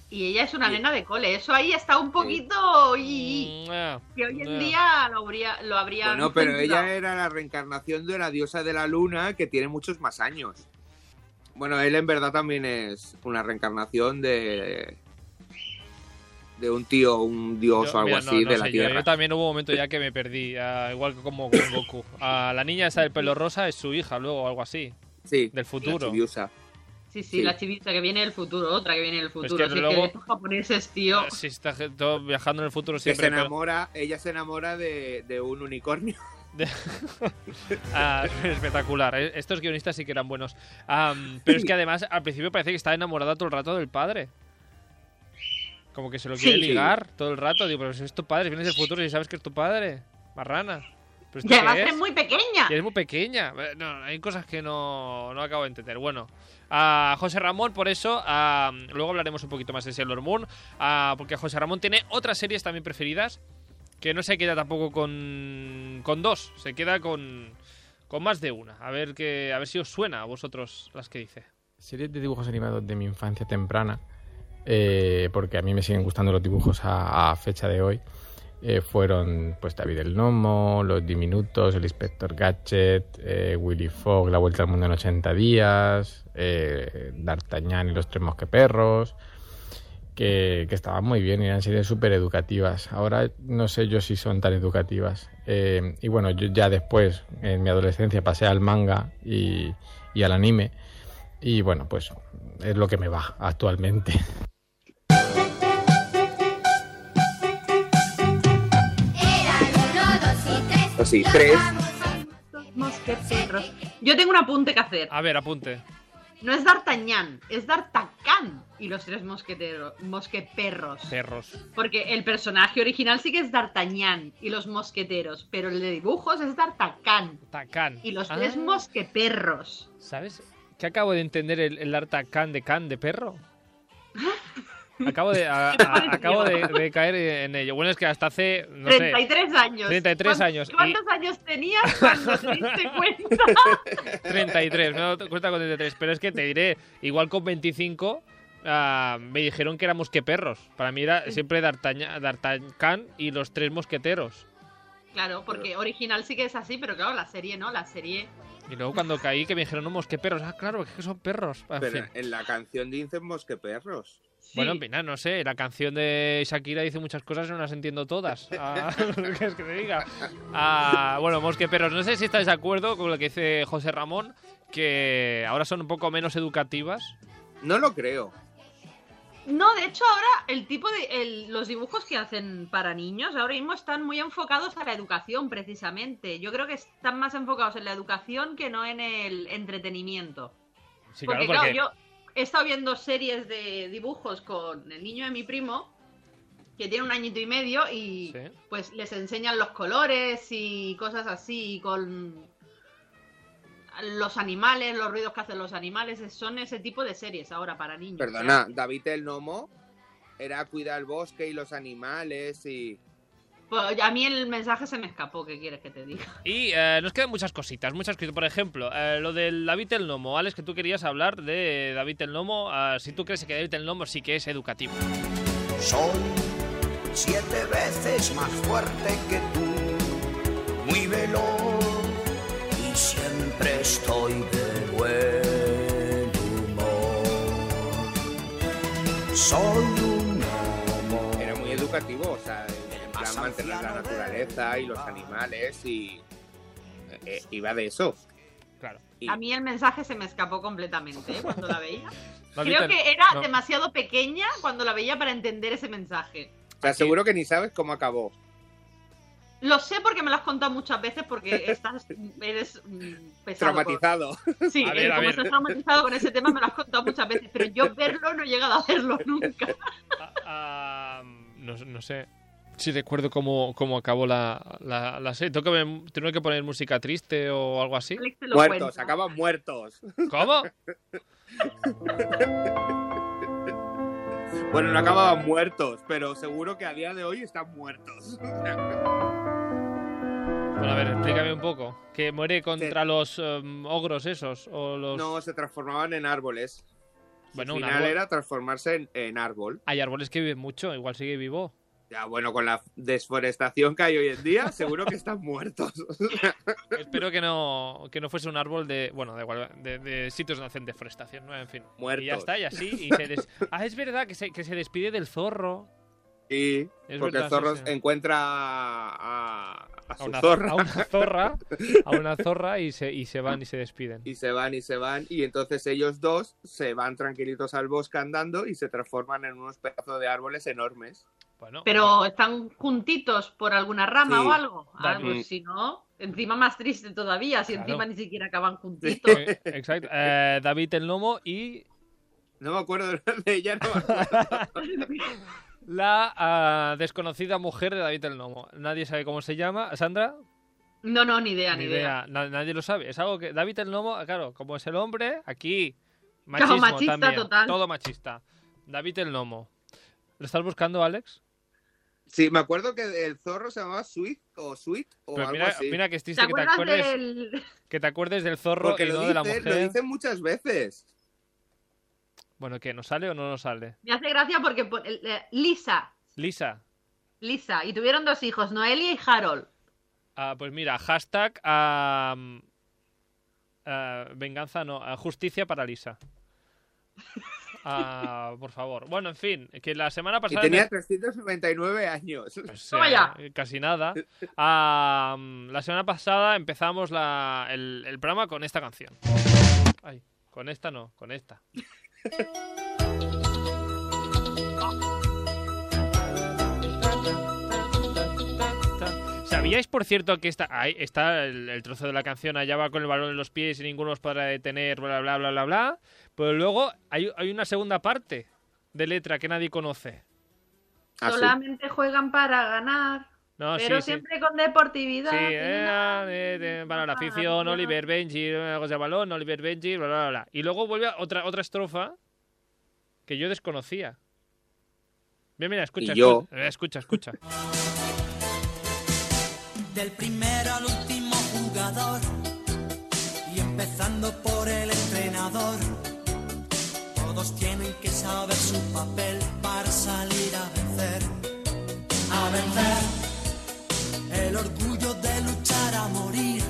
A: Y ella es una nena de cole. Eso ahí está un poquito y que hoy en
E: ah.
A: día lo habría lo habría
E: Bueno, pero ella era la reencarnación de la diosa de la luna que tiene muchos más años. Bueno, él en verdad también es una reencarnación de de un tío, un dios
B: Yo-
E: o algo
B: mira, no-
E: así
B: no
E: de la
B: sé, yo- Yo,
E: tierra.
B: también hubo un momento ya que me perdí, ah, igual que como con Goku. Ah, la niña esa del pelo rosa es su hija, luego algo así.
E: Sí.
B: Del futuro.
A: Sí, sí,
B: Sí.
A: la chivita que viene del futuro, otra que viene del
B: Pues
A: futuro.
B: que
A: Así que
B: luego-
A: estos japoneses, tío.
B: Si está ge- todo viajando en el futuro
E: Que
B: siempre.
E: se
B: pero-
E: enamora, ella se enamora de, de un unicornio.
B: Ah, espectacular. Eh, Estos guionistas sí que eran buenos. Am, pero es que además al principio parece que está enamorada todo el rato del padre. Como que se lo
A: Sí.
B: quiere
A: Sí.
B: ligar todo el rato. Digo, pero si es tu padre, vienes del futuro y sabes que es tu padre. Marrana. Pero esto
A: Y además
B: qué
A: es muy pequeña.
B: Y es muy pequeña. Eh, No, hay cosas que no, no acabo de entender. Bueno, a José Ramón, por eso, ah, luego hablaremos un poquito más de Sailor Moon. ah, porque José Ramón tiene otras series también preferidas. Que no se queda tampoco con, con dos. Se queda con, con más de una. A ver, que, a ver si os suena a vosotros las que dice.
N: Series de dibujos animados de mi infancia temprana, eh, porque a mí me siguen gustando los dibujos a, a fecha de hoy, eh, fueron pues David el Nomo, Los Diminutos, El Inspector Gadget, eh, Willy Fogg, La Vuelta al Mundo en 80 Días, eh, D'Artagnan y los Tres Mosqueperros, que, que estaban muy bien, eran series súper educativas. Ahora no sé yo si son tan educativas. Eh, y bueno, yo ya después, en mi adolescencia, pasé al manga y- y al anime. Y bueno, pues es lo que me va actualmente.
E: Así, tres.
B: Ah,
A: Mosqueteros. Yo tengo un apunte que hacer.
B: A ver, apunte.
A: No es D'Artagnan, es D'Artacán y los tres mosqueteros, mosqueperros.
B: Perros.
A: Porque el personaje original sí que es D'Artagnan y los mosqueteros, pero el de dibujos es D'Artacán
B: Tacán.
A: y los
B: Ah,
A: tres mosqueperros.
B: ¿Sabes? Que acabo de entender el, el harta can de can de perro. Acabo de, a-
A: ¿Qué te
B: a-
A: pareció?
B: acabo de, de caer en ello. Bueno, es que hasta hace. No sé,
A: 33 años.
B: 33
A: ¿Cuán-
B: años. Y-
A: ¿Cuántos años tenías cuando te diste cuenta?
B: 33, me he dado cuenta con 33. Pero es que te diré, igual con 25, ah, me dijeron que éramos que perros. Para mí era siempre D'Artagnan D'Artagnan y los tres mosqueteros.
A: Claro, porque original sí que es así, pero claro, la serie no, la serie.
B: Y luego cuando caí, que me dijeron, no, mosqueperros. Ah, claro, es que son perros. En
E: Pero
B: fin.
E: en la canción dicen mosqueperros.
B: Bueno, opinar, no sé, la canción de Shakira dice muchas cosas y no las entiendo todas. Ah, ¿qué quieres que te diga? Ah, bueno, mosqueperros, no sé si estáis de acuerdo con lo que dice José Ramón, que ahora son un poco menos educativas.
E: No lo creo.
A: No, de hecho ahora el tipo de el- los dibujos que hacen para niños ahora mismo están muy enfocados a la educación precisamente. Yo creo que están más enfocados en la educación que no en el entretenimiento.
B: Sí,
A: porque,
B: claro, porque-
A: claro, yo he estado viendo series de dibujos con el niño de mi primo que tiene un añito y medio y
B: Sí.
A: pues les enseñan los colores y cosas así y con los animales, los ruidos que hacen los animales, es- son ese tipo de series ahora para niños.
E: Perdona, David el Nomo era cuidar el bosque y los animales y.
A: Pues a mí el mensaje se me escapó, ¿qué quieres que te diga?
B: Y eh, nos quedan muchas cositas, muchas cositas. Por ejemplo, eh, lo del David el Nomo. Alex, que tú querías hablar de David el Nomo. ah, si tú crees que David el Nomo sí que es educativo.
I: Soy siete veces más fuerte que tú, muy veloz y siempre estoy de buen humor. Soy un homo.
E: Era muy educativo, o sea, en plan mantener la naturaleza y los animales y. eh, eh, iba de eso.
B: Claro.
A: A mí el mensaje se me escapó completamente ¿eh? cuando la veía. Creo
E: Mamita,
A: que era
E: no.
A: demasiado pequeña cuando la veía para entender ese mensaje.
E: Te aseguro que ni sabes cómo acabó.
A: Lo sé porque me lo has contado muchas veces porque estás, eres mm, pesado. con-
E: Traumatizado.
A: Sí,
E: A
A: eh,
E: ver, a
A: como
E: ver.
A: estás traumatizado con ese tema me lo has contado muchas veces, pero yo verlo no he llegado a hacerlo nunca.
B: Ah, No, no sé. Sí, recuerdo cómo, cómo acabó la, la, la serie. ¿Tengo que, me- tengo que poner música triste o algo así?
A: te
E: lo Muertos, cuenta. acaban muertos.
B: ¿Cómo?
E: Bueno, no acababan muertos, pero seguro que a día de hoy están muertos.
B: Bueno, a ver, explícame un poco. ¿Que muere contra los em, ogros esos? O los...
E: No, se transformaban en árboles.
B: Bueno,
E: Al
B: un
E: final
B: árbol.
E: era transformarse en, en árbol.
B: Hay árboles que viven mucho, igual sigue vivo.
E: Ya, bueno, con la desforestación que hay hoy en día, seguro que están muertos.
B: Espero que no, que no fuese un árbol de, bueno, da igual, de, de sitios donde hacen deforestación, ¿no? en fin.
E: Muertos.
B: Y ya está, y así. y se des- Ah, es verdad que se, que se despide del zorro.
E: Sí,
B: Es
E: porque
B: verdad,
E: el zorro
B: sí, sí.
E: encuentra a, a- a su
B: una,
E: zorra.
B: a una zorra. A una zorra y se, y se van y se despiden.
E: Y se van y se van. Y entonces ellos dos se van tranquilitos al bosque andando y se transforman en unos pedazos de árboles enormes.
B: Bueno,
A: Pero están juntitos por alguna rama
E: Sí.
A: o algo. Ah,
E: Dani.
A: pues si no, encima más triste todavía, si
B: Claro.
A: encima ni siquiera acaban juntitos.
B: Eh, Exacto. Eh, David el Nomo y
E: No me acuerdo de ella, no me
B: la ah, desconocida mujer de David el Nomo. Nadie sabe cómo se llama. ¿Sandra?
A: No, no, ni idea, ni, idea.
B: Na- nadie lo sabe. Es algo que David el Nomo, claro, como es el hombre, aquí.
A: Claro,
B: Machismo
A: machista
B: también.
A: total.
B: Todo machista. David el Nomo. ¿Lo estás buscando, Alex?
E: Sí, me acuerdo que el zorro se llamaba Sweet o Sweet o
B: Pero Pues
E: algo
B: mira,
E: así.
B: mira que es triste que te, acuerdes, que te acuerdes del zorro
E: Porque
B: y no
E: lo,
B: de la
E: dice-
B: mujer.
E: lo dicen muchas veces.
B: Bueno, ¿qué? ¿Nos sale o no nos sale?
A: Me hace gracia porque po- el- eh, Lisa,
B: Lisa.
A: Lisa, y tuvieron dos hijos, Noelia y Harold.
B: Ah, pues mira, hashtag am, ah, venganza, no, ah, justicia para Lisa. Ah, por favor. Bueno, en fin, que la semana
E: Y
B: pasada...
E: tenía
B: me-
E: 399 años.
B: sea, Pues, eh, Casi nada. Ah, mm, la semana pasada empezamos la- el, el programa con esta canción. Ay, con esta no, con esta. ¿Sabíais, por cierto, que está, ahí está el, el trozo de la canción, allá va con el balón en los pies y ninguno os podrá detener, bla, bla, bla, bla, bla? Pero luego hay, hay una segunda parte de letra que nadie conoce.
E: Ah,
A: Solamente juegan para ganar,
B: No, Ah, sí,
A: pero
B: sí.
A: siempre con deportividad.
B: Sí,
A: y nada.
B: eh, eh, eh, para la afición, Oliver Benji, eh, José Balón, Oliver Benji, bla, bla, bla, bla. Y luego vuelve a otra, otra estrofa que yo desconocía. Mira, mira, escucha,
E: Y yo.
B: escucha, eh, escucha, escucha.
O: Del primero al último jugador y empezando por el entrenador. Todos tienen que saber su papel para salir a vencer. A vencer. El orgullo de luchar a morir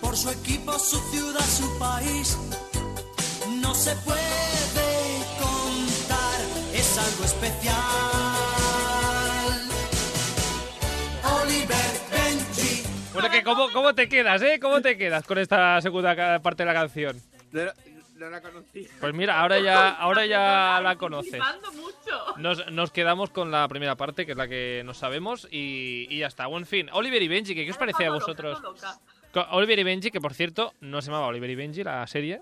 O: por su equipo, su ciudad, su país. No se puede contar algo especial. Oliver Benji.
B: Bueno, que cómo, ¿cómo te quedas, eh? ¿Cómo te quedas con esta segunda ca- parte de la canción?
E: No, la- no la conocí.
B: Pues mira, ahora ya, ahora ya la conoces.
A: Flipando mucho.
B: Nos, nos quedamos con la primera parte, que es la que no sabemos, y, y ya está. Buen fin. Oliver y Benji, ¿qué, qué os parece a vosotros? Co- Oliver y Benji, que por cierto, no se llamaba Oliver y Benji la serie.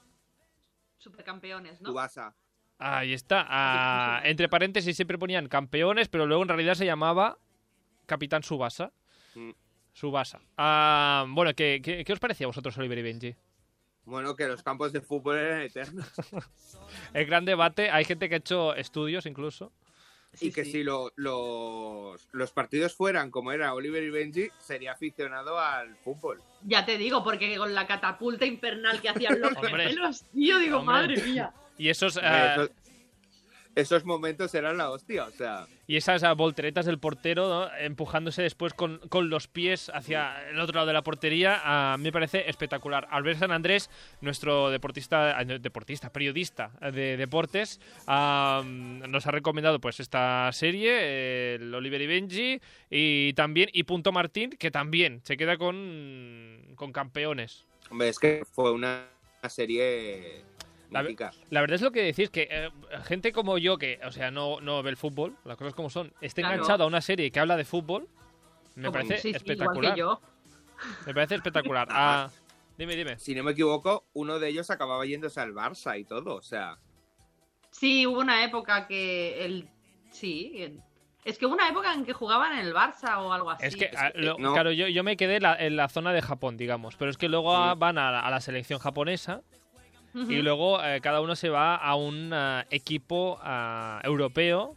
A: Supercampeones, ¿no?
E: Tsubasa.
B: Ahí está. Ah, entre paréntesis siempre ponían campeones, pero luego en realidad se llamaba Capitán Subasa.
E: Mm.
B: Subasa. Ah, bueno, ¿qué, qué, qué os parecía a vosotros Oliver y Benji?
E: Bueno, que los campos de fútbol eran eternos.
B: El gran debate, hay gente que ha hecho estudios incluso.
E: y que si lo- los, los partidos fueran como era Oliver y Benji, sería aficionado al fútbol.
A: Ya te digo, porque con la catapulta infernal que hacían los
E: Hombre.
A: gemelos, tío, digo,
B: Hombre.
A: madre mía.
B: Y esos,
E: Hombre,
B: ah,
E: eso- Esos momentos eran la hostia, o sea.
B: y esas ah, volteretas del portero ¿no? empujándose después con, con los pies hacia el otro lado de la portería, ah, me parece espectacular. Albert San Andrés, nuestro deportista, ah, no, deportista, periodista de deportes, ah, nos ha recomendado pues esta serie, el Oliver y Benji, y también y Punto Martín, que también se queda con, con campeones.
E: Hombre, es que fue una una serie
B: La ve-
E: mítica.
B: La verdad es lo que decís, que eh, gente como yo, que o sea, no, no ve el fútbol, las cosas como son, esté
A: Claro.
B: enganchado a una serie que habla de fútbol, me
A: Como-
B: parece
A: sí, sí,
B: espectacular.
A: Igual que yo.
B: Me parece espectacular. Ah, dime, dime.
E: Si no me equivoco, uno de ellos acababa yéndose al Barça y todo, o sea.
A: Sí, hubo una época que el. Sí. el- Es que hubo una época en que jugaban en el Barça o algo así.
B: es que, ah, lo-
E: no.
B: claro, yo, yo me quedé la- en la zona de Japón, digamos, pero es que luego ah, van a la, a la selección japonesa
A: Ujú.
B: y luego eh, cada uno se va a un ah, equipo ah, europeo,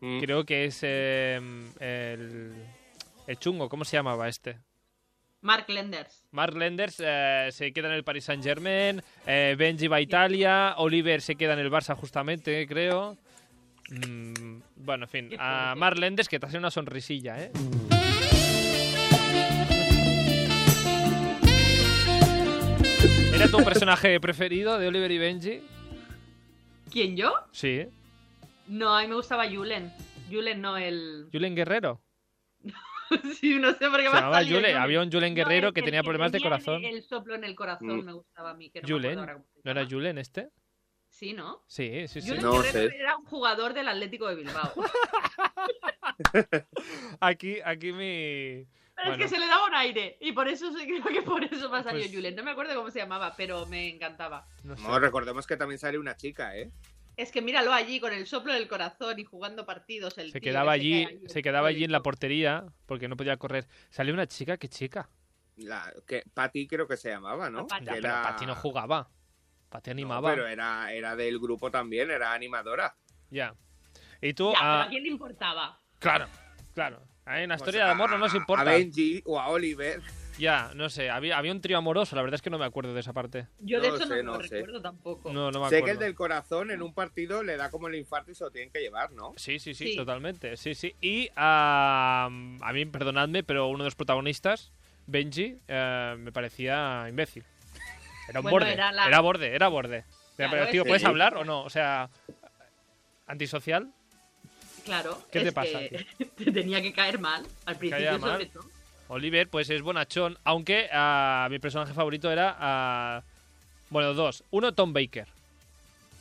A: Mm.
B: creo que es eh, el, el chungo, ¿cómo se llamaba este?
A: Mark Lenders.
B: Mark Lenders eh, se queda en el Paris Saint Germain, Benji va a Italia, Oliver se queda en el Barça justamente, creo. Mm, bueno, en fin, a Mark Lenders que te hace una sonrisilla, ¿eh? ¿Era tu personaje preferido de Oliver y Benji?
A: ¿Quién yo?
B: Sí.
A: No, a mí me gustaba Julen. Julen no el.
B: ¿Julen Guerrero?
A: sí, no sé por qué
B: Se
A: me ha
B: llamaba
A: salido
B: Julen.
A: Julen.
B: Había un Julen
A: No,
B: Guerrero
A: el-
B: que
A: el
B: tenía problemas de
A: tenía
B: corazón. Mm.
A: El soplo en el corazón me gustaba a mí. Que no me
B: Julen.
A: acuerdo ahora cómo-
B: ¿No era Julen este?
A: Sí, ¿no?
B: Sí, sí, sí.
A: Julen Guerrero era un jugador del Atlético de Bilbao.
B: Aquí, aquí mi...
A: Pero
B: Bueno.
A: es que se le daba un aire. Y por eso sí, creo que por eso me ha salido
B: Pues-
A: Julen. No me acuerdo cómo se llamaba, pero me encantaba.
B: No sé.
E: No, recordemos que también sale una chica, ¿eh?
A: Es que míralo allí con el soplo del corazón y jugando partidos. El
B: Se
A: tío
B: quedaba
A: ese que
B: allí,
A: hay ahí.
B: se quedaba allí en la portería porque no podía correr. Salió una chica, qué chica.
E: La, que Patty creo que se llamaba, ¿no?
B: Ya,
E: Que
B: pero
E: era-
B: Pati no jugaba. Pati animaba.
E: Pero era, era del grupo también, era animadora.
B: Ya. Y tú,
A: Ya, pero
B: ah,
A: ¿a quién le importaba?
B: claro, claro. Ahí en la
E: Pues
B: historia de amor no nos importa.
E: A Benji o a Oliver.
B: Ya, no sé. Había, había un trío amoroso. La verdad es que no me acuerdo de esa parte.
A: Yo
E: No
A: de
E: lo
A: eso
E: sé,
A: no,
E: no
A: lo
E: sé.
A: recuerdo tampoco.
B: No, no me
E: sé que el
B: acuerdo.
E: del corazón en un partido le da como el infarto y se lo tienen que llevar, ¿no?
B: Sí, sí, sí,
E: Sí.
B: totalmente. Sí, sí. Y ah, a mí, perdonadme, pero uno de los protagonistas, Benji, eh, me parecía imbécil. Era un
A: Bueno,
B: borde. Era,
A: era la-
B: borde, era borde. Pero,
A: Claro,
B: tío,
A: es
B: ¿puedes
A: que-
B: hablar o no? O sea, antisocial.
A: Claro.
B: ¿Qué te
A: es
B: pasa,
A: que Te tenía que caer mal al principio,
B: mal.
A: sobre todo.
B: Oliver, pues es bonachón, aunque ah, mi personaje favorito era. ah, bueno, dos. Uno, Tom Baker,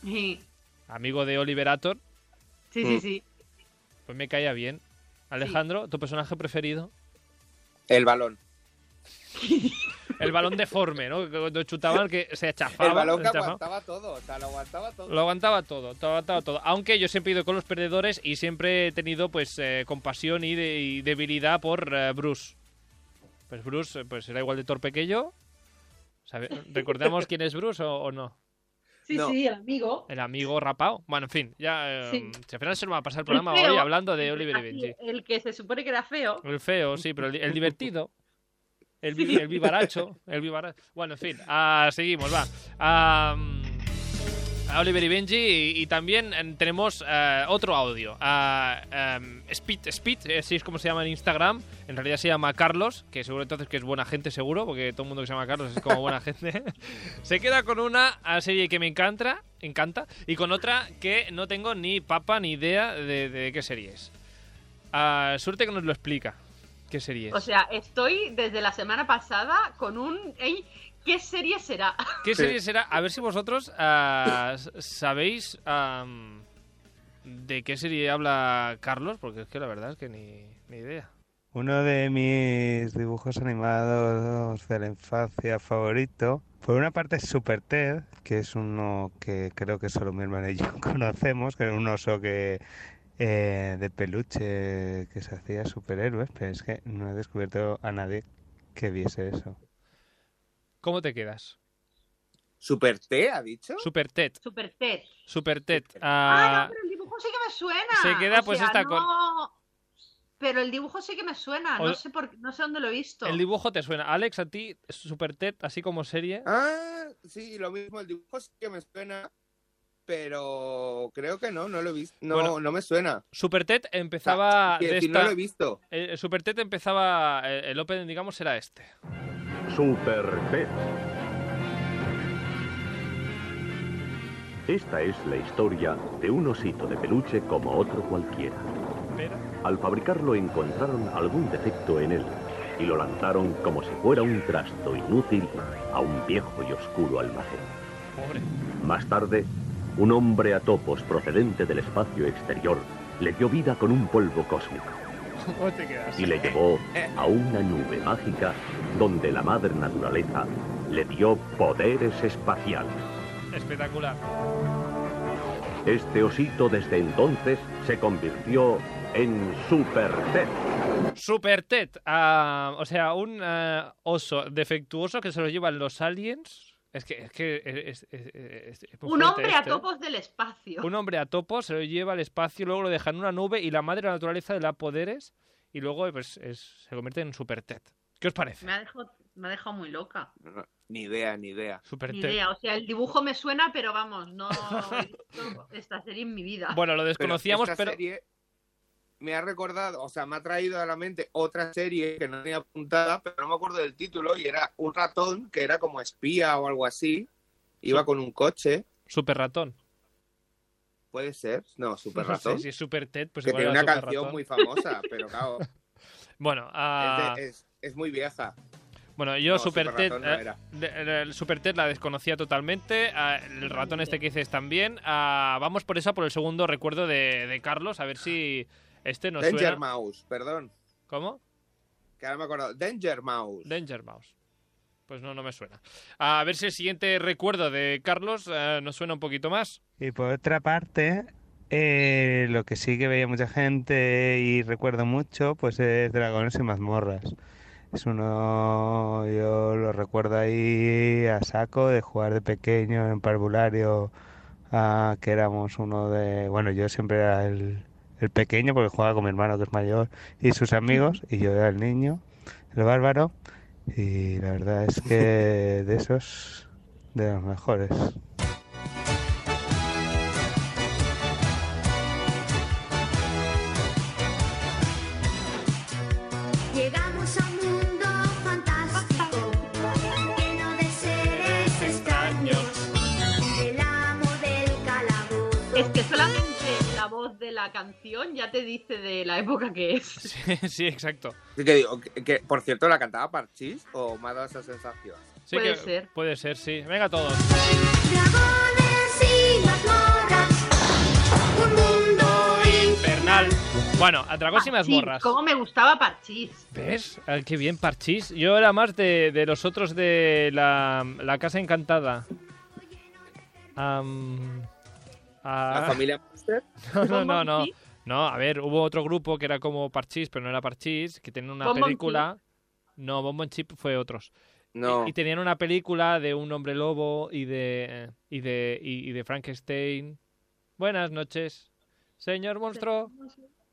A: Sí,
B: amigo de Oliver Ator.
A: sí,
E: Mm.
A: sí. sí.
B: Pues me caía bien. Alejandro, ¿tu personaje preferido?
E: El balón.
B: El balón deforme, ¿no? Que Cuando chutaban, que se achafaba.
E: el balón que
B: se achafaba.
E: aguantaba todo, o sea, lo aguantaba todo.
B: Lo aguantaba todo, lo aguantaba todo. Aunque yo siempre he ido con los perdedores y siempre he tenido pues eh, compasión y, de- y debilidad por eh, Bruce. Pues Bruce eh, pues era igual de torpe que yo. ¿Sabe- ¿Recordamos quién es Bruce o, o no?
A: Sí,
B: No.
A: sí, el amigo.
B: El amigo rapao. Bueno, en fin, ya eh,
A: Sí.
B: si al final se nos va a pasar el programa
A: feo.
B: hoy hablando de Oliver y
A: Así,
B: Benji. Oh,
A: El que se supone que era feo.
B: El feo, sí, pero el, el divertido. El, vi- el vivaracho. El vivaracho. Bueno, en fin, ah, seguimos, va. Ah, mm, ah, a Oliver y Benji y, y también eh, tenemos eh, otro audio. A em, Speed, Speed, eh, así es como se llama en Instagram. En realidad se llama Carlos, que seguro entonces que es buena gente seguro, porque todo el mundo que se llama Carlos es como buena gente. se queda con una ah, serie que me encanta, encanta y con otra que no tengo ni papa ni idea de, de qué serie es. Ah, suerte que nos lo explica. ¿Qué serie es?
A: O sea, estoy desde la semana pasada con un... ¡Ey! ¿Qué serie será?
B: ¿Qué serie será? A ver si vosotros ah, s- sabéis am, de qué serie habla Carlos, porque es que la verdad es que ni, ni idea.
P: Uno de mis dibujos animados de la infancia favorito, por una parte es Super Ted, que es uno que creo que solo mi hermano y yo conocemos, que era un oso que eh, de peluche que se hacía superhéroes, pero es que no he descubierto a nadie que viese eso.
B: ¿Cómo te quedas?
E: ¿Super T ha dicho?
B: Super Ted.
A: Super Ted.
B: Super Ted.
A: Ah,
B: Ah,
A: no, pero el dibujo sí que me suena.
B: se queda,
A: O
B: pues,
A: sea,
B: esta
A: no-
B: con-
A: Pero el dibujo sí que me suena.
B: O-
A: No sé, por... no sé dónde lo he visto.
B: el dibujo te suena. Alex, a ti, Super Ted, así como serie.
E: Ah, sí, lo mismo, el dibujo sí que me suena, pero creo que no, no lo he visto. No,
B: Bueno,
E: no me suena.
B: Super Ted empezaba.
E: quiero
B: de
E: Ah, decir, no
B: esta-
E: lo he visto.
B: El, Super Ted empezaba. eh, El, el Open, digamos, era este.
Q: Super Ted. Esta es la historia de un osito de peluche como otro cualquiera. Al fabricarlo encontraron algún defecto en él y lo lanzaron como si fuera un trasto inútil a un viejo y oscuro almacén. Más tarde, un hombre a topos procedente del espacio exterior le dio vida con un polvo cósmico
B: ¿Cómo te quedas?
Q: y le llevó a una nube mágica donde la madre naturaleza le dio poderes espaciales.
B: Espectacular.
Q: Este osito desde entonces se convirtió en Super Ted.
B: Super Ted. ah, o sea, un ah, oso defectuoso que se lo llevan los aliens. Es que es, que es- es- es- es muy
A: Un
B: fuerte
A: hombre a
B: esto, ¿eh?
A: topos del espacio.
B: Un hombre a topo se lo lleva al espacio, luego lo deja en una nube y la madre naturaleza le da poderes y luego pues, es- se convierte en Super Ted. ¿Qué os parece?
A: Me ha dejado, me ha dejado muy loca.
E: Ni idea, ni idea.
B: Super
A: Ni
B: Ted.
A: idea. O sea, el dibujo me suena, pero vamos, no he visto esta serie en mi vida.
B: Bueno, lo desconocíamos,
E: esta
B: pero-
E: serie me ha recordado, o sea, me ha traído a la mente otra serie que no tenía apuntada, pero no me acuerdo del título, y era un ratón que era como espía o algo así. Iba con un coche,
B: Super ratón.
E: puede ser. No, super
B: No sé,
E: ratón.
B: si es Super Ted, pues
E: que
B: igual
E: tiene
B: era
E: una
B: Super
E: canción
B: Ratón.
E: muy famosa, pero claro, es de-
B: Bueno, ah,
E: es- es muy vieja.
B: Bueno, yo
E: No,
B: Super,
E: Super
B: Ted,
E: Ratón no
B: eh,
E: era.
B: de- de- el Super Ted la desconocía totalmente. ah, el ratón este que dices también. Ah, vamos por esa, por el segundo recuerdo de, de Carlos, a ver si este nos
E: Danger
B: suena.
E: Mouse, perdón.
B: ¿Cómo?
E: Que ahora me he acordado. Danger Mouse.
B: Danger Mouse. Pues no, no me suena. A ver si el siguiente recuerdo de Carlos eh, nos suena un poquito más.
P: Y por otra parte, eh, lo que sí que veía mucha gente y recuerdo mucho, pues es Dragones y mazmorras. Es uno, yo lo recuerdo ahí a saco de jugar de pequeño en parvulario, ah, que éramos uno de, bueno, yo siempre era el, el pequeño porque jugaba con mi hermano que es mayor y sus amigos, y yo era el niño, el bárbaro, y la verdad es que de esos, de los mejores.
J: Llegamos a un mundo fantástico lleno de seres extraños. El amo del calabozo.
A: Es que solamente la voz de la canción ya te dice de la época que es.
B: sí, exacto.
E: Que digo, que, que, por cierto, ¿la cantaba Parchís o me ha dado esa sensación?
B: Sí que- Puede ser, sí. Venga todos.
J: Dragones y mazmorras. Un mundo
B: Infernal. Bueno, a Dragos y
A: Ah, Sí,
B: Mazmorras.
A: cómo me gustaba Parchís.
B: ¿Ves? Ah, qué bien, Parchís. Yo era más de, de los otros de la, la Casa Encantada. Am, ah.
E: ¿La familia Monster?
B: No, no, no, no. No, a ver, hubo otro grupo que era como Parchís, pero no era Parchís, que tenían una
E: Bonbon Chip.
B: película. No, Bonbon Chip fue otros.
E: No.
B: Y, y tenían una película de un hombre lobo y de y de y, y de Frankenstein. Buenas noches, señor monstruo.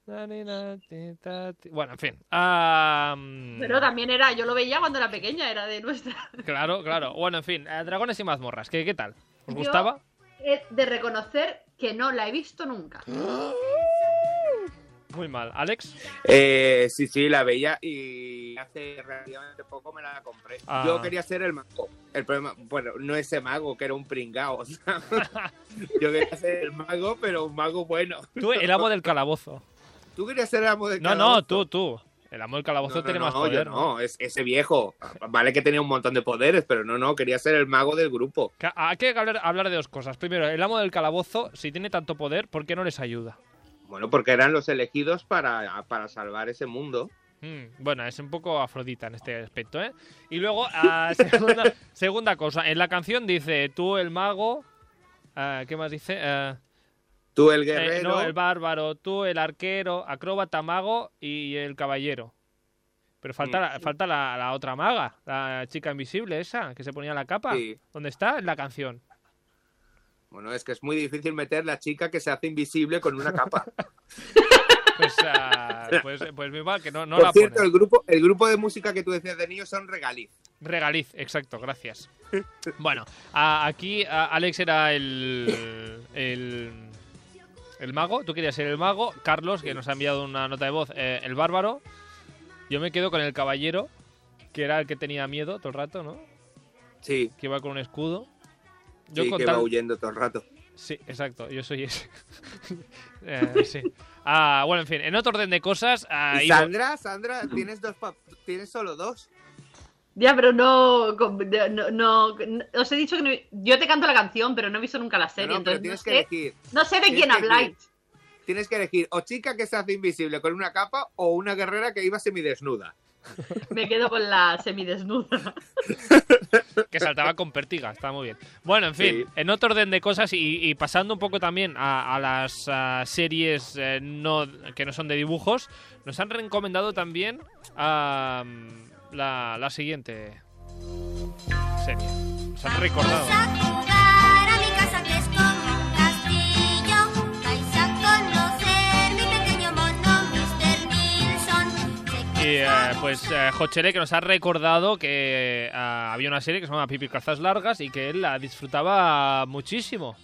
B: Na, ni, na, ti, ta, ti. Bueno, en fin. Ah, mm,
A: Pero también era, yo lo veía cuando era pequeña, era de nuestra.
B: claro, claro. Bueno, en fin. eh, Dragones y mazmorras. ¿Qué, qué tal?
A: Yo-
B: ¿Os gustaba?
A: he de reconocer que no la he visto nunca.
B: Muy mal. ¿Alex?
E: Eh, sí, sí, la veía y hace relativamente poco me la compré.
B: Ah.
E: Yo quería ser el mago. El problema, bueno, no ese mago que era un pringao. o sea, Yo quería ser el mago, pero un mago bueno.
B: Tú, el amo del calabozo.
E: ¿Tú querías ser el amo del
B: No, no, tú, tú. El amo del calabozo
E: No, no,
B: tiene más
E: no,
B: poder.
E: yo no, es ese viejo. Vale que tenía un montón de poderes, pero no, no, quería ser el mago del grupo.
B: Ca- ah, Hay que hablar, hablar de dos cosas. Primero, el amo del calabozo, si tiene tanto poder, ¿por qué no les ayuda?
E: Bueno, porque eran los elegidos para, para salvar ese mundo.
B: Mm, bueno, es un poco afrodita en este aspecto, ¿eh? Y luego, ah, segunda, segunda cosa. En la canción dice, tú el mago... ah, ¿Qué más dice? Ah,
E: Tú el
B: eh,
E: guerrero.
B: no, el bárbaro, tú el arquero, acróbata, mago y el caballero. Pero falta, la,
E: Mm.
B: falta la, la otra maga, la chica invisible esa, que se ponía la capa.
E: Sí.
B: ¿Dónde está? En la canción.
E: Bueno, es que es muy difícil meter la chica que se hace invisible con una capa.
B: Pues, ah, pues, pues muy mal, que no, no
E: Por
B: la
E: cierto,
B: ponen.
E: el grupo, el grupo de música que tú decías de niños son regaliz.
B: Regaliz, exacto, gracias. Bueno, a- aquí a- Alex era el, el. el mago, tú querías ser el mago. Carlos, que nos ha enviado una nota de voz, eh, el bárbaro. Yo me quedo con el caballero, que era el que tenía miedo todo el rato, ¿no?
E: Sí.
B: Que iba con un escudo.
E: Sí,
B: con
E: que
B: tal-
E: va huyendo todo el rato.
B: Sí, exacto, yo soy ese. Eh, sí. Ah, bueno, en fin, en otro orden de cosas. ah,
E: ¿Y
B: iba-
E: Sandra, Sandra,
B: Mm.
E: tienes dos pap- tienes solo dos.
A: Ya, pero no, con- de- no, no- no- Os he dicho que no, yo te canto la canción, pero no he visto nunca la serie.
E: No, no, pero
A: entonces no,
E: tienes
A: ¿Eh?
E: que
A: sé,
E: elegir.
A: no sé de
E: Tienes
A: quién
E: que
A: habláis.
E: elegir. Tienes que elegir o chica que se hace invisible con una capa o una guerrera que iba semidesnuda.
A: Me quedo con la semidesnuda.
B: que saltaba con pertiga, estaba muy bien. Bueno, en fin, en otro orden de cosas y, y pasando un poco también a, a las ah, series eh, no, que no son de dibujos, nos han recomendado también ah, la, la siguiente serie. Nos han recordado.
J: Para mi casa que es como un castillo, vais a conocer mi pequeño mono, Mr. Nilsson.
B: Y eh, pues eh, Jochele que nos ha recordado que ah, había una serie que se llama Pipi Calzas Largas y que él la disfrutaba muchísimo.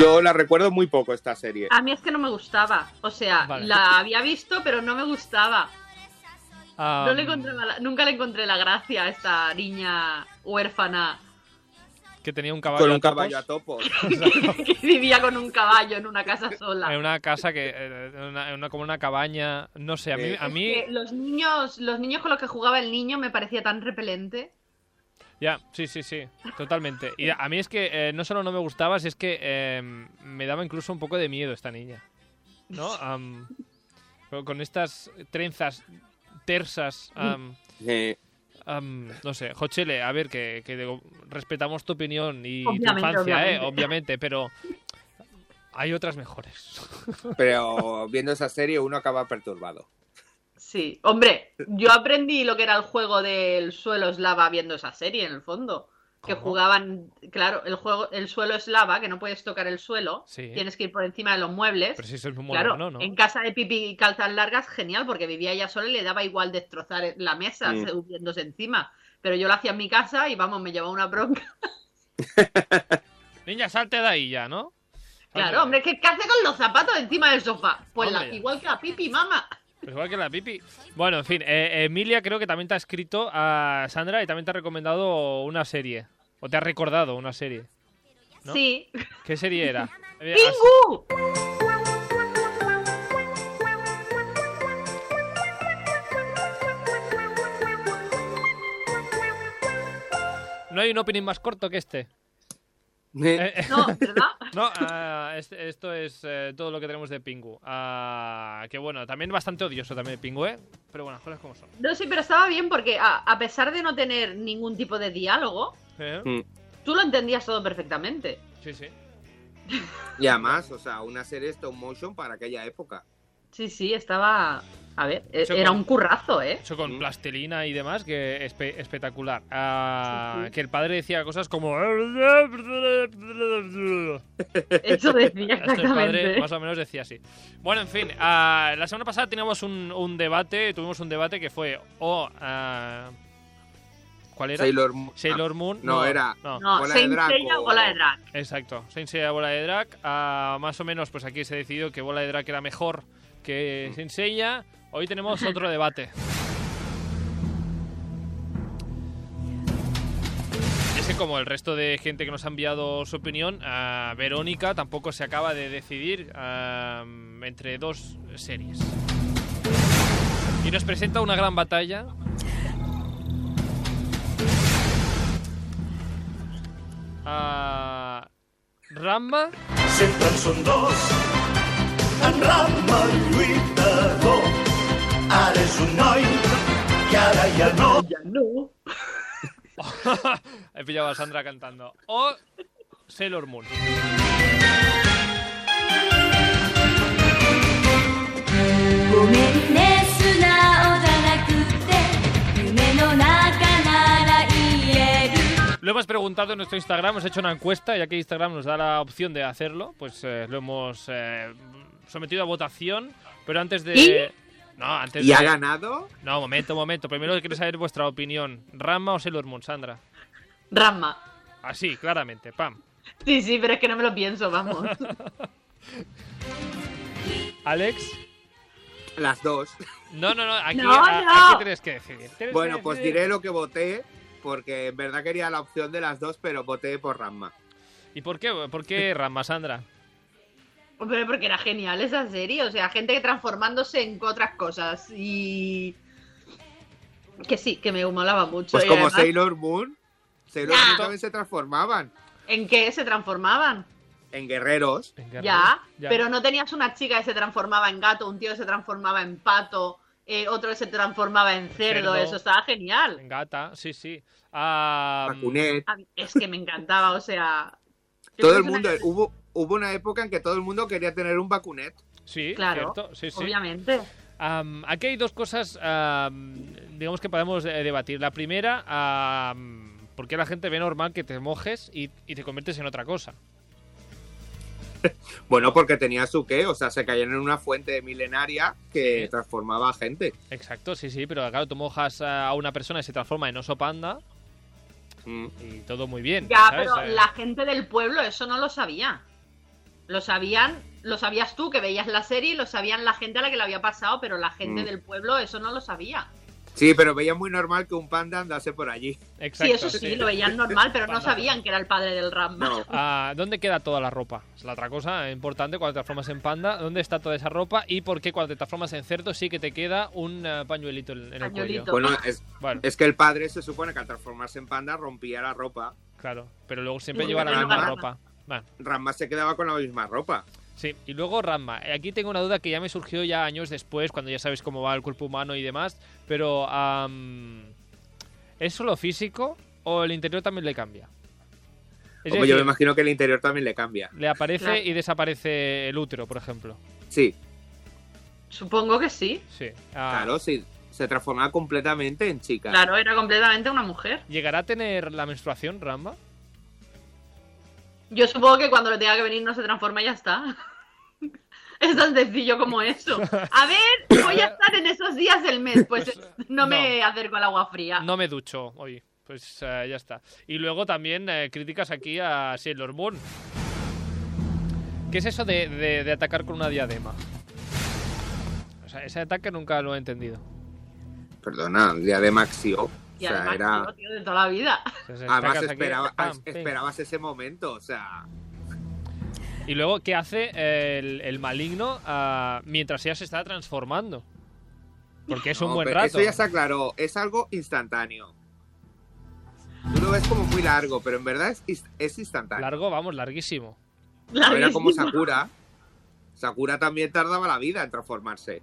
E: Yo la recuerdo muy poco esta serie.
B: Ah,
A: A mí es que no me gustaba. O sea,
E: Vale.
A: la había visto, pero no me gustaba.
B: Ah,
A: No le encontraba la- nunca le encontré la gracia a esta niña huérfana
B: que tenía un caballo
E: Con
B: a
E: un
B: topos.
E: caballo a topo.
A: que vivía con un caballo en una casa sola.
B: En una casa que. eh, en una- en una- como una cabaña. No sé, a mí.
A: Es
B: A mí
A: que los niños, los niños con los que jugaba el niño me parecía tan repelente.
B: ya, sí, sí, sí. Totalmente. Y a mí es que eh, no solo no me gustaba, si es que eh, me daba incluso un poco de miedo esta niña. ¿No? Am, pero con estas trenzas tersas. am,
E: Sí.
B: am, no sé, Jochele, a ver, que, que digo, respetamos tu opinión y tu
A: Obviamente,
B: infancia, ¿eh?
A: obviamente.
B: Obviamente, pero hay otras mejores.
E: Pero viendo esa serie uno acaba perturbado.
A: Sí, hombre, yo aprendí lo que era el juego del suelo es lava viendo esa serie, en el fondo. Que
B: ¿Cómo?
A: jugaban, claro, el juego, el suelo es lava, que no puedes tocar el suelo,
B: Sí.
A: tienes que ir por encima de los muebles.
B: Pero si eso es muy
A: Claro,
B: moderno, ¿no?
A: en casa de pipi y calzas largas, genial, porque vivía ella sola y le daba igual destrozar la mesa
B: Mm.
A: subiéndose encima. Pero yo lo hacía en mi casa y vamos, me llevaba una bronca.
B: Niña, salte de ahí ya, ¿no? Salte de
A: Claro,
B: ahí.
A: hombre, ¿qué, qué hace con los zapatos encima del sofá? Pues la-
B: Hombre.
A: igual que la pipi, mamá.
B: Pues igual que la pipi. Bueno, en fin, eh, Emilia creo que también te ha escrito a Sandra y también te ha recomendado una serie. O te ha recordado una serie. ¿no?
A: Sí.
B: ¿Qué serie era? Eh,
A: ¡Pingu!
B: as- No hay un opening más corto que este. Eh,
A: No, ¿verdad?
B: No, ah, es- esto es eh, todo lo que tenemos de Pingu. Ah, que bueno, también bastante odioso también Pingu, ¿eh? Pero bueno, las cosas como son.
A: No, sí, pero estaba bien porque a, a pesar de no tener ningún tipo de diálogo,
B: ¿Eh?
A: tú lo entendías todo perfectamente.
B: Sí, sí.
E: Y además, o sea, una serie stop motion para aquella época.
A: Sí, sí, estaba... A ver, e-
B: Hecho
A: era
B: con-
A: un currazo, ¿eh?
B: Hecho con plastilina y demás, que espe- espectacular. Ah,
A: Sí, sí.
B: Que el padre decía cosas como...
A: Eso decía
B: Este padre
A: exactamente.
B: más o menos decía así. Bueno, en fin, ah, la semana pasada teníamos un, un debate, tuvimos un debate que fue o ah, oh, ¿Cuál era?
E: Sailor Moon.
B: Sailor Moon.
E: No, era
A: No, Bola de Saint Drac Seiya o- Bola de Drac.
B: Exacto, Saint Seiya, Bola de Drac. Ah, más o menos, pues aquí se decidió que Bola de Drac era mejor que Saint Seiya. Hoy tenemos otro debate. Es que como el resto de gente que nos ha enviado su opinión, a Verónica tampoco se acaba de decidir ah, entre dos series. Y nos presenta una gran batalla a Ramba.
R: Sempre en són dos, en Ramma el lluitador. Ara és un noi i ara ja no. Ja no.
B: He pillado a Sandra cantando. O Sailor Moon. eh,
J: 「ごめんね素直じゃなくて夢の中なら言える」
B: Lo hemos preguntado en nuestro Instagram, hemos hecho una encuesta, ya que Instagram nos da la opción de hacerlo, pues eh, lo hemos eh, sometido a votación, pero antes de... No, antes
E: ah, ¿Y
B: de-
E: ha ganado?
B: No, momento, momento. Primero quiero saber vuestra opinión. ¿Rama o Sailor Moon, Sandra?
A: Rama.
B: Así, claramente, pam.
A: Sí, sí, pero es que no me lo pienso, vamos.
B: ¿Alex?
E: Las dos.
B: No, no, no, aquí,
A: No,
B: a-
A: no.
B: aquí tienes que decidir. Tienes
E: Bueno,
B: que
E: pues
B: decidir.
E: diré lo que voté, porque en verdad quería la opción de las dos, pero voté por Ramma.
B: ¿Y por qué, por qué Rama, Sandra?
A: Hombre, porque era genial esa serie. O sea, gente que transformándose en otras cosas. Y. Que sí, que me molaba mucho.
E: Pues
A: Y
E: como
A: además,
E: Sailor Moon, Sailor Moon también se transformaban
A: ¿En qué se transformaban?
E: en guerreros.
A: Ya, pero no tenías una chica que se transformaba en gato, un tío que se transformaba en pato, eh, otro que se transformaba en cerdo,
B: Cerdo.
A: eso estaba genial.
B: Gata, sí, sí. Ah,
E: Bakunet.
A: A mí- Es que me encantaba, o sea... creo
E: Todo
A: que
E: el
A: es una-
E: mundo, hubo, hubo una época en que todo el mundo quería tener un Bakunet.
B: Sí,
A: Claro,
B: cierto, sí, sí.
A: obviamente.
B: Am, aquí hay dos cosas, am, digamos, que podemos eh, debatir. La primera, am, ¿por qué la gente ve normal que te mojes y, y te conviertes en otra cosa?
E: Bueno, porque tenía su qué, o sea, se caían en una fuente milenaria que transformaba a gente.
B: Exacto, sí, sí, pero claro, tú mojas a una persona y se transforma en oso panda y todo muy bien.
A: Ya,
B: ¿sabes?
A: pero
B: Eh,
A: la gente del pueblo eso no lo sabía. Lo sabían, lo sabías tú que veías la serie y lo sabían la gente a la que le había pasado, pero la gente
E: Mm.
A: del pueblo eso no lo sabía.
E: Sí, pero veía muy normal que un panda andase por allí.
A: sí, eso sí, lo veían normal, pero no sabían que era el padre del Ramma.
B: Ah, ¿Dónde queda toda la ropa? Es la otra cosa importante cuando te transformas en panda. ¿Dónde está toda esa ropa? Y por qué cuando te transformas en cerdo sí que te queda un eh, pañuelito en, en el cuello.
E: Bueno, es,
B: Bueno.
E: es que el padre se supone que al transformarse en panda rompía la ropa.
B: Claro, pero luego siempre lleva la misma ropa.
E: Ramma se quedaba con la misma ropa.
B: Sí, y luego Ramma. Eh, Aquí tengo una duda que ya me surgió ya años después, cuando ya sabes cómo va el cuerpo humano y demás, pero am, ¿es solo físico o el interior también le cambia? Es
E: Como yo me
B: decir,
E: imagino que el interior también le cambia.
B: le aparece
A: Claro.
B: y desaparece el útero, por ejemplo.
E: Sí,
A: Supongo que sí.
B: Sí. Ah,
E: claro, sí. Se transformaba completamente en chica.
A: Claro, era completamente una mujer.
B: ¿Llegará a tener la menstruación, Ramma?
A: Yo supongo que cuando le tenga que venir no se transforma y ya está. Es tan sencillo como eso. A ver, voy a estar en esos días del mes, pues no me acerco al agua
E: Ah.
A: fría.
B: No me ducho hoy. Pues eh, ya está. Y luego también eh, críticas aquí a Sailor Moon. ¿Qué es eso de, de- de atacar con una diadema? O sea, ese ataque nunca lo he entendido.
E: Perdona, el día de Maxio. O
A: Y
E: sea,
A: además,
E: era...
A: tío, tío, de toda la vida.
E: Además
B: Sacas aquí,
E: esperaba-
B: pam, pim.
E: esperabas ese momento, o sea...
B: Y luego, ¿qué hace el, el maligno ah, mientras ella se está transformando? Porque es un
E: No,
B: buen
E: pero
B: rato.
E: Eso ya se aclaró, es algo instantáneo. Tú lo ves como muy largo, pero en verdad es, inst- es instantáneo.
B: Largo, vamos, larguísimo.
E: No era como Sakura. Sakura también tardaba la vida en transformarse.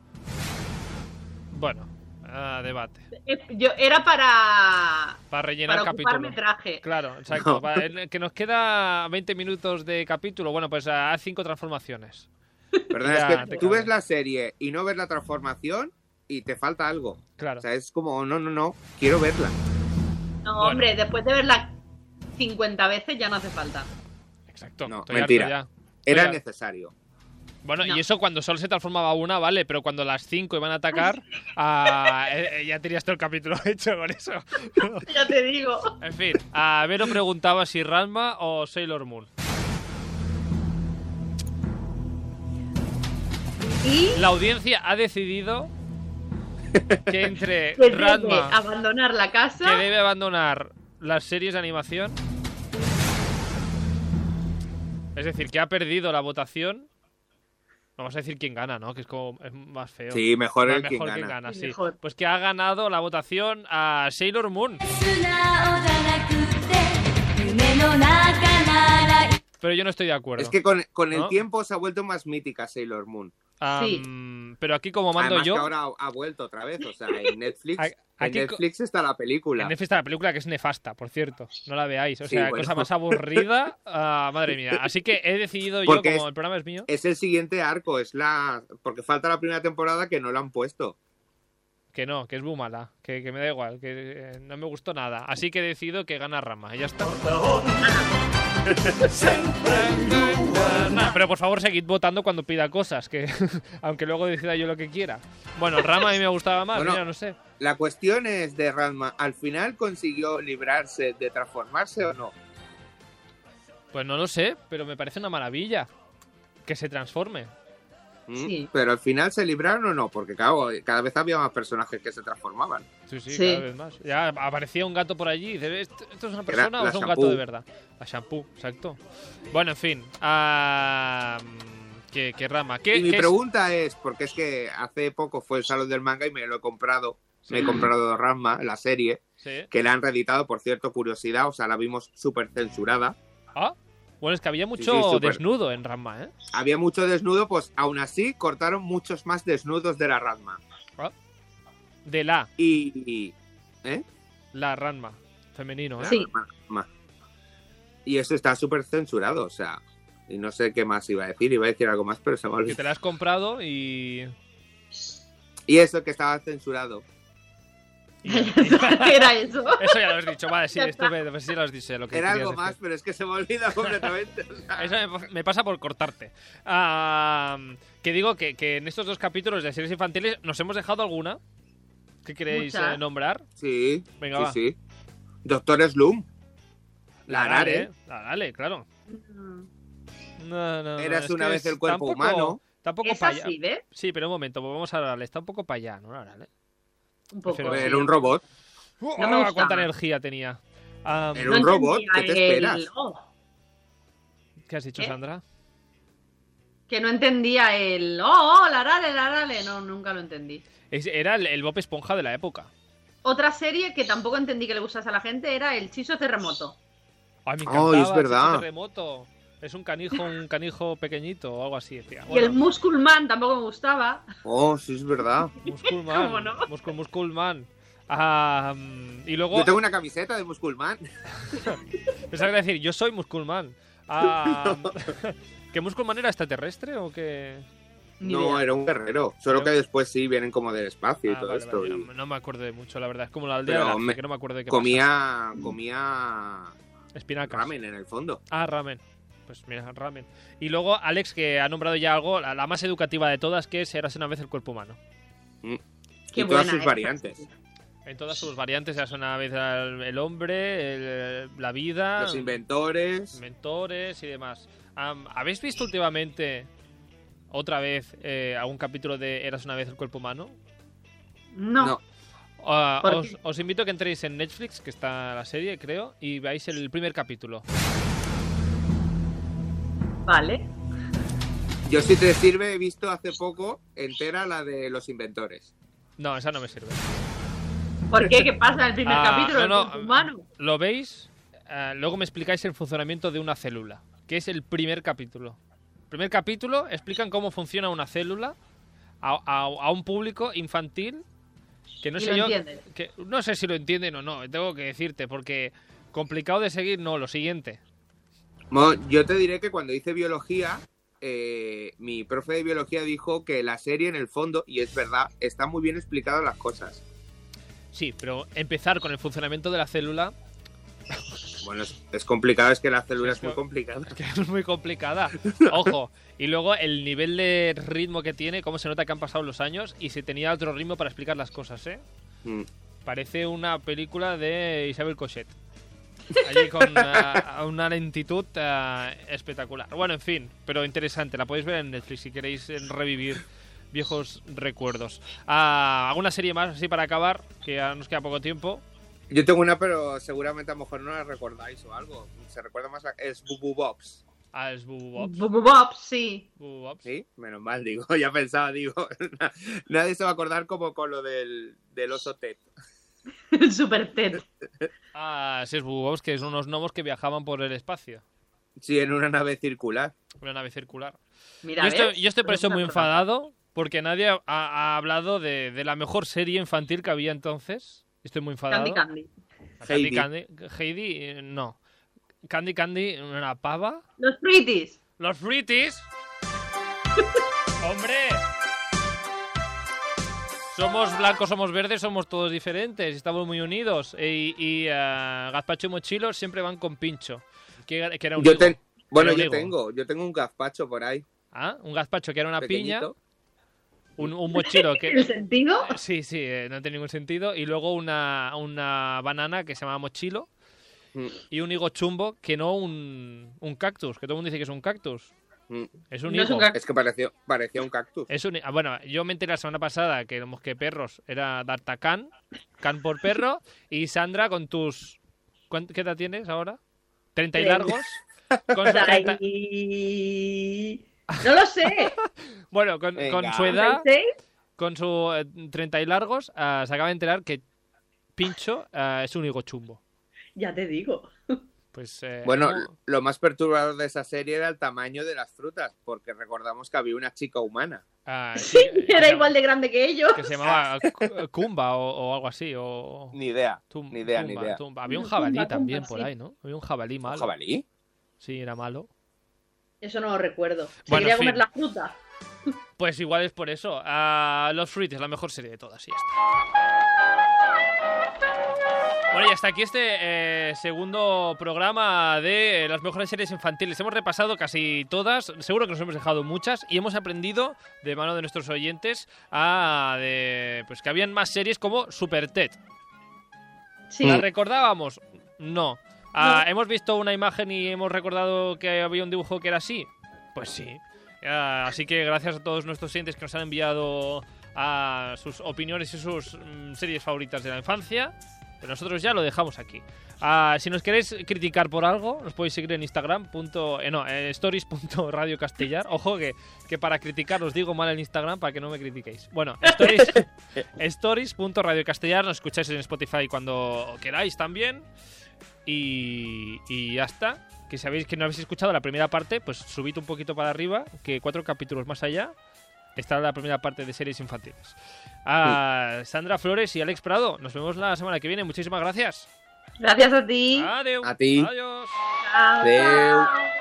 B: Bueno, ah, debate.
A: Eh, Yo, era para,
B: Para rellenar
A: para ocupar
B: capítulo.
A: metraje.
B: Claro, exacto. Va, eh, Que nos queda 20 minutos de capítulo. Bueno, pues ah, haz cinco transformaciones.
E: Perdón,
B: Ya,
E: es
B: te
E: que tú
B: cabe.
E: ves la serie y no ves la transformación y te falta algo.
B: Claro.
E: O sea, es como, no, no, no, quiero verla.
A: No, hombre, después de verla 50 veces ya no hace falta.
B: Exacto.
E: No,
B: estoy harto
E: mentira.
B: ya. Estoy
E: Era
B: harto.
E: necesario.
B: Bueno, y eso cuando solo se transformaba una, vale, pero cuando las cinco iban a atacar, ah, eh, eh, ya tenías todo el capítulo hecho con eso.
A: Ya te digo.
B: En fin, a Vero preguntaba si Ranma o Sailor Moon. La audiencia ha decidido que entre
A: Que debe
B: Ranma,
A: abandonar la
B: que
A: casa.
B: debe abandonar las series de animación, es decir, que ha perdido la votación. No vamos a decir quién gana, ¿no? Que es como es más feo.
E: Sí, mejor
B: Ah,
E: el quien gana.
B: sí. Pues que ha ganado la votación a Sailor Moon.
J: 素直じゃなくて夢の中なら
B: Pero yo no estoy de acuerdo.
E: Es que con, con el
B: ¿No?
E: tiempo se ha vuelto más mítica Sailor Moon.
B: Ah,
E: Sí.
B: mm, Pero aquí como mando
E: Además
B: yo...
E: que ahora ha vuelto otra vez, o sea, en Netflix,
B: Aquí
E: en
B: co-
E: Netflix está la película.
B: En Netflix está la película que es nefasta, por cierto. No la veáis. O
E: Sí,
B: sea,
E: bueno.
B: cosa más aburrida. Ah, madre mía. Así que he decidido yo,
E: Porque
B: como
E: es-
B: el programa es mío.
E: Es el siguiente arco, es la porque falta la primera temporada que no la han puesto.
B: Que no, que es muy mala. Que, que me da igual. Que eh, no me gustó nada. Así que he decidido que gana Rama. Y ya está. Ah, Pero por favor, seguid votando cuando pida cosas. que Aunque luego decida yo lo que quiera. Bueno, Rama a mí me gustaba más.
E: Bueno,
B: mira, no sé.
E: La cuestión es de Ranma, ¿al final consiguió librarse de transformarse o no?
B: Pues no lo sé, pero me parece una maravilla. Que se transforme.
E: ¿Mm? Pero al final se libraron o no, porque claro, cada vez había más personajes que se transformaban.
B: Sí, sí,
E: Sí.
B: cada vez más. Ya aparecía un gato por allí y dices, ¿esto, esto es una
E: Era
B: persona o
E: la
B: es un gato
E: shampoo.
B: de verdad? La shampoo, exacto. Bueno, en fin. ah, ¿qué, qué rama? ¿Qué,
E: y mi
B: qué es-
E: pregunta es, porque es que hace poco fue el Salón del Manga y me lo he comprado, me he
B: Sí.
E: comprado Ranma, la serie,
B: Sí.
E: que la han reeditado, por cierto, curiosidad, o sea, la vimos súper censurada.
B: Ah, bueno, es que había mucho
E: sí, súper.
B: desnudo en Rama, ¿eh?
E: Había mucho desnudo, pues aún así cortaron muchos más desnudos de la Ranma.
B: Ah. De la,
E: Y... ¿Eh?
B: la Ranma, femenino, ¿eh?
E: Ranma. Y eso está súper censurado, o sea... Y no sé qué más iba a decir, iba a decir algo más, pero se me ha
B: Que
E: olvidado.
B: te la has comprado y...
E: Y eso que estaba censurado.
A: Era eso.
B: Eso ya lo has dicho, vale, sí,
E: Ya está.
B: estupendo, pues sí lo has dicho. Lo que
E: Era
B: querías
E: algo ah. más,
B: decir.
E: pero es que se me olvida completamente. o sea.
B: Eso me- me pasa por cortarte. Ah, que digo que, que en estos dos capítulos de series infantiles nos hemos dejado alguna que queréis
E: Muchas.
B: eh, nombrar.
E: Sí,
B: Venga,
E: sí,
B: va. Ah,
E: sí. Doctor Slum. ¿eh? La Arare.
B: La Arare, claro. No, no, no,
E: Eras
B: es
E: una
B: que
E: vez
B: es-
E: el cuerpo
B: tampoco-
E: humano.
B: Tampoco
A: Es
B: para allá.
A: así, ¿ves?
B: Sí, pero un momento, pues vamos a Arale. Está un poco para allá, ¿no? La Arale.
A: Un poco.
B: Prefiero-
E: Era un robot.
B: Uh,
A: No me
B: ah,
A: gustaba.
B: cuánta energía tenía. Ah,
E: Era un robot. ¿Qué te
A: entendía
E: esperas?
A: el- oh,
B: ¿Qué has dicho,
A: ¿Eh?
B: Sandra?
A: que no entendía el. Oh, oh, la rale, la rale. No, nunca lo entendí.
B: Es- era el, el Bob Esponja de la época.
A: Otra serie que tampoco entendí que le gustase a la gente era El Chiso Terremoto.
B: Ay, me
E: Ay,
B: encantaba.
E: es verdad.
B: Chicho Terremoto. Es un canijo, un canijo pequeñito o algo así. Decía.
A: Y el Musculman tampoco me gustaba.
E: Oh, sí, es verdad.
B: Musculman.
A: ¿Cómo no?
B: Muscul, Musculman. Ah, mm, y luego.
E: Yo tengo una camiseta de Musculman.
B: Pensaba que iba a decir, yo soy Musculman. Ah, ¿Que Musculman era extraterrestre o que.?
E: No, era un guerrero. Solo que después sí vienen como del espacio y
B: Ah,
E: todo
B: vale,
E: esto.
B: vale, yo
E: y-
B: no, no me acuerdo de mucho, la verdad. Es como la aldea
E: Pero
B: de la
E: me-
B: que no me acuerdo de qué
E: comía, comía
B: pasa. Espinacas.
E: ramen en el fondo.
B: Ah, ramen. Pues mira, ramen. Y luego Alex, que ha nombrado ya algo, la, la más educativa de todas, que es Eras una vez el cuerpo humano.
E: y todas sus variantes.
B: En todas sus variantes, Eras una vez al- el hombre, el- la vida.
E: Los inventores.
B: Inventores y demás. Am, ¿Habéis visto últimamente otra vez eh, algún capítulo de Eras una vez el cuerpo humano?
A: No.
B: Ah,
A: ¿Por
B: os,
A: qué?
B: os invito a que entréis en Netflix, que está la serie, creo, y veáis el primer capítulo.
A: Vale.
E: Yo, si te sirve, he visto hace poco entera la de los inventores.
B: No, esa no me sirve.
A: ¿Por qué? ¿Qué pasa en el primer
B: Ah,
A: capítulo?
B: no,
A: del
B: no,
A: cuerpo humano?
B: ¿Lo veis? Ah, luego me explicáis el funcionamiento de una célula, que es el primer capítulo. Primer capítulo explican cómo funciona una célula a, a- a un público infantil que no
A: Y
B: sé
A: lo
B: yo
A: entienden.
B: que no sé si lo entienden o no, tengo que decirte porque complicado de seguir, no, lo siguiente.
E: Mo, yo te diré que cuando hice biología, eh, mi profe de biología dijo que la serie en el fondo, y es verdad, está muy bien explicadas las cosas.
B: Sí, pero empezar con el funcionamiento de la célula
E: Bueno, es, es complicado, es que la célula es muy complicada.
B: es muy complicada. Ojo. Y luego el nivel de ritmo que tiene, cómo se nota que han pasado los años y si tenía otro ritmo para explicar las cosas, ¿eh?
E: Mm.
B: Parece una película de Isabel Cochet. Allí con ah, una lentitud ah, espectacular. Bueno, en fin, pero interesante. La podéis ver en Netflix si queréis eh, revivir viejos recuerdos. Ah, ¿Alguna serie más así para acabar? Que ya nos queda poco tiempo.
E: Yo tengo una, pero seguramente a lo mejor no la recordáis o algo. Se recuerda más a... Es Bubu Bobs.
B: Ah, es Bubu Bobs.
A: Bubu Bob, sí.
E: Sí, menos mal, digo. Ya pensaba, digo. na- Nadie se va a acordar como con lo del, del oso Ted.
A: Super Ted.
B: Ah, sí, es Bubu Bobs, que son unos gnomos que viajaban por el espacio.
E: Sí, en una nave circular.
B: Una nave circular.
A: Mira,
B: yo, estoy,
A: ¿ves?
B: yo estoy por
A: Pero
B: eso
A: una
B: muy
A: broma.
B: enfadado, porque nadie ha, ha hablado de, de la mejor serie infantil que había entonces. Estoy muy enfadado.
A: Candy Candy.
B: Candy
A: Heidi.
B: Candy. Heidi, eh, no. Candy Candy, una pava.
A: Los Pretties.
B: Los Fritis. ¡Hombre! Somos blancos, somos verdes, somos todos diferentes, estamos muy unidos. Y, y eh, Gazpacho y Mochilo siempre van con pincho. Que, que era un
E: Yo
B: higo.
E: ten- Bueno,
B: Era un
E: yo
B: higo.
E: tengo. Yo tengo un gazpacho por ahí.
B: Ah, un gazpacho que era una
E: Pequeñito.
B: piña. Un, un mochilo que.
E: ¿El
A: sentido?
B: Sí, sí, eh, no tiene ningún sentido. Y luego una, una banana que se llamaba mochilo.
E: Mm,
B: Y un higo chumbo que no un, un cactus, que todo el mundo dice que es un cactus. Es un
E: No es
B: higo.
E: un cactus. mm, Es que pareció- parecía un cactus.
B: Es un- ah, bueno, yo me enteré la semana pasada que los mosqueperros era Dartacan, can por perro. Y Sandra, con tus. ¿cuán- ¿Qué edad tienes ahora? ¿30 y
A: Treinta.
B: largos? Con sus 30
A: No lo sé.
B: Bueno, con,
A: Venga.
B: con su edad,
A: 36.
B: con su eh, 30 y largos, ah, se acaba de enterar que Pincho ah, es un higo chumbo.
A: Ya te digo.
B: Pues, eh,
E: Bueno,
B: ¿cómo?
E: lo más perturbador de esa serie era el tamaño de las frutas, porque recordamos que había una chica humana.
B: Ah,
A: Era igual de grande que ellos.
B: que se llamaba Cu- Kumba o, o algo así. O...
E: Ni idea,
B: Tum-
E: ni idea, ni
B: Tumba,
E: idea.
B: Tumba. Había un
A: Tumba,
B: jabalí
A: Tumba,
B: también por
A: sí.
B: ahí, ¿no? Había un jabalí malo.
E: jabalí?
B: Sí, era malo.
A: Eso no lo recuerdo. Se
B: Bueno,
A: quería
B: en fin.
A: comer la fruta.
B: Pues igual es por eso. Ah, Los Fruits, la mejor serie de todas, y ya está. Bueno, y hasta aquí este eh, segundo programa de eh, las mejores series infantiles. Hemos repasado casi todas, seguro que nos hemos dejado muchas y hemos aprendido de mano de nuestros oyentes a de, pues que habían más series como Super Ted.
A: Sí.
B: ¿La recordábamos? No. Ah, ¿Hemos visto una imagen y hemos recordado que había un dibujo que era así? Pues sí. Ah, así que gracias a todos nuestros oyentes que nos han enviado a sus opiniones y sus mm, series favoritas de la infancia. Pero nosotros ya lo dejamos aquí. Ah, si nos queréis criticar por algo, nos podéis seguir en Instagram. punto- eh, no, eh, stories.radiocastellar. Ojo que, que para criticar os digo mal en Instagram para que no me critiquéis. Bueno, stories, stories.radiocastellar. Nos escucháis en Spotify cuando queráis también. Y, y ya está. Que sabéis que no habéis escuchado la primera parte, pues subid un poquito para arriba, que cuatro capítulos más allá está la primera parte de series infantiles. Ah, Sandra Flores y Alex Prado, nos vemos la semana que viene. Muchísimas gracias. Ah.
A: Gracias a ti.
B: Adeu.
E: A ti.
B: Adiós.
A: Chao,
E: Adeu.
A: chao.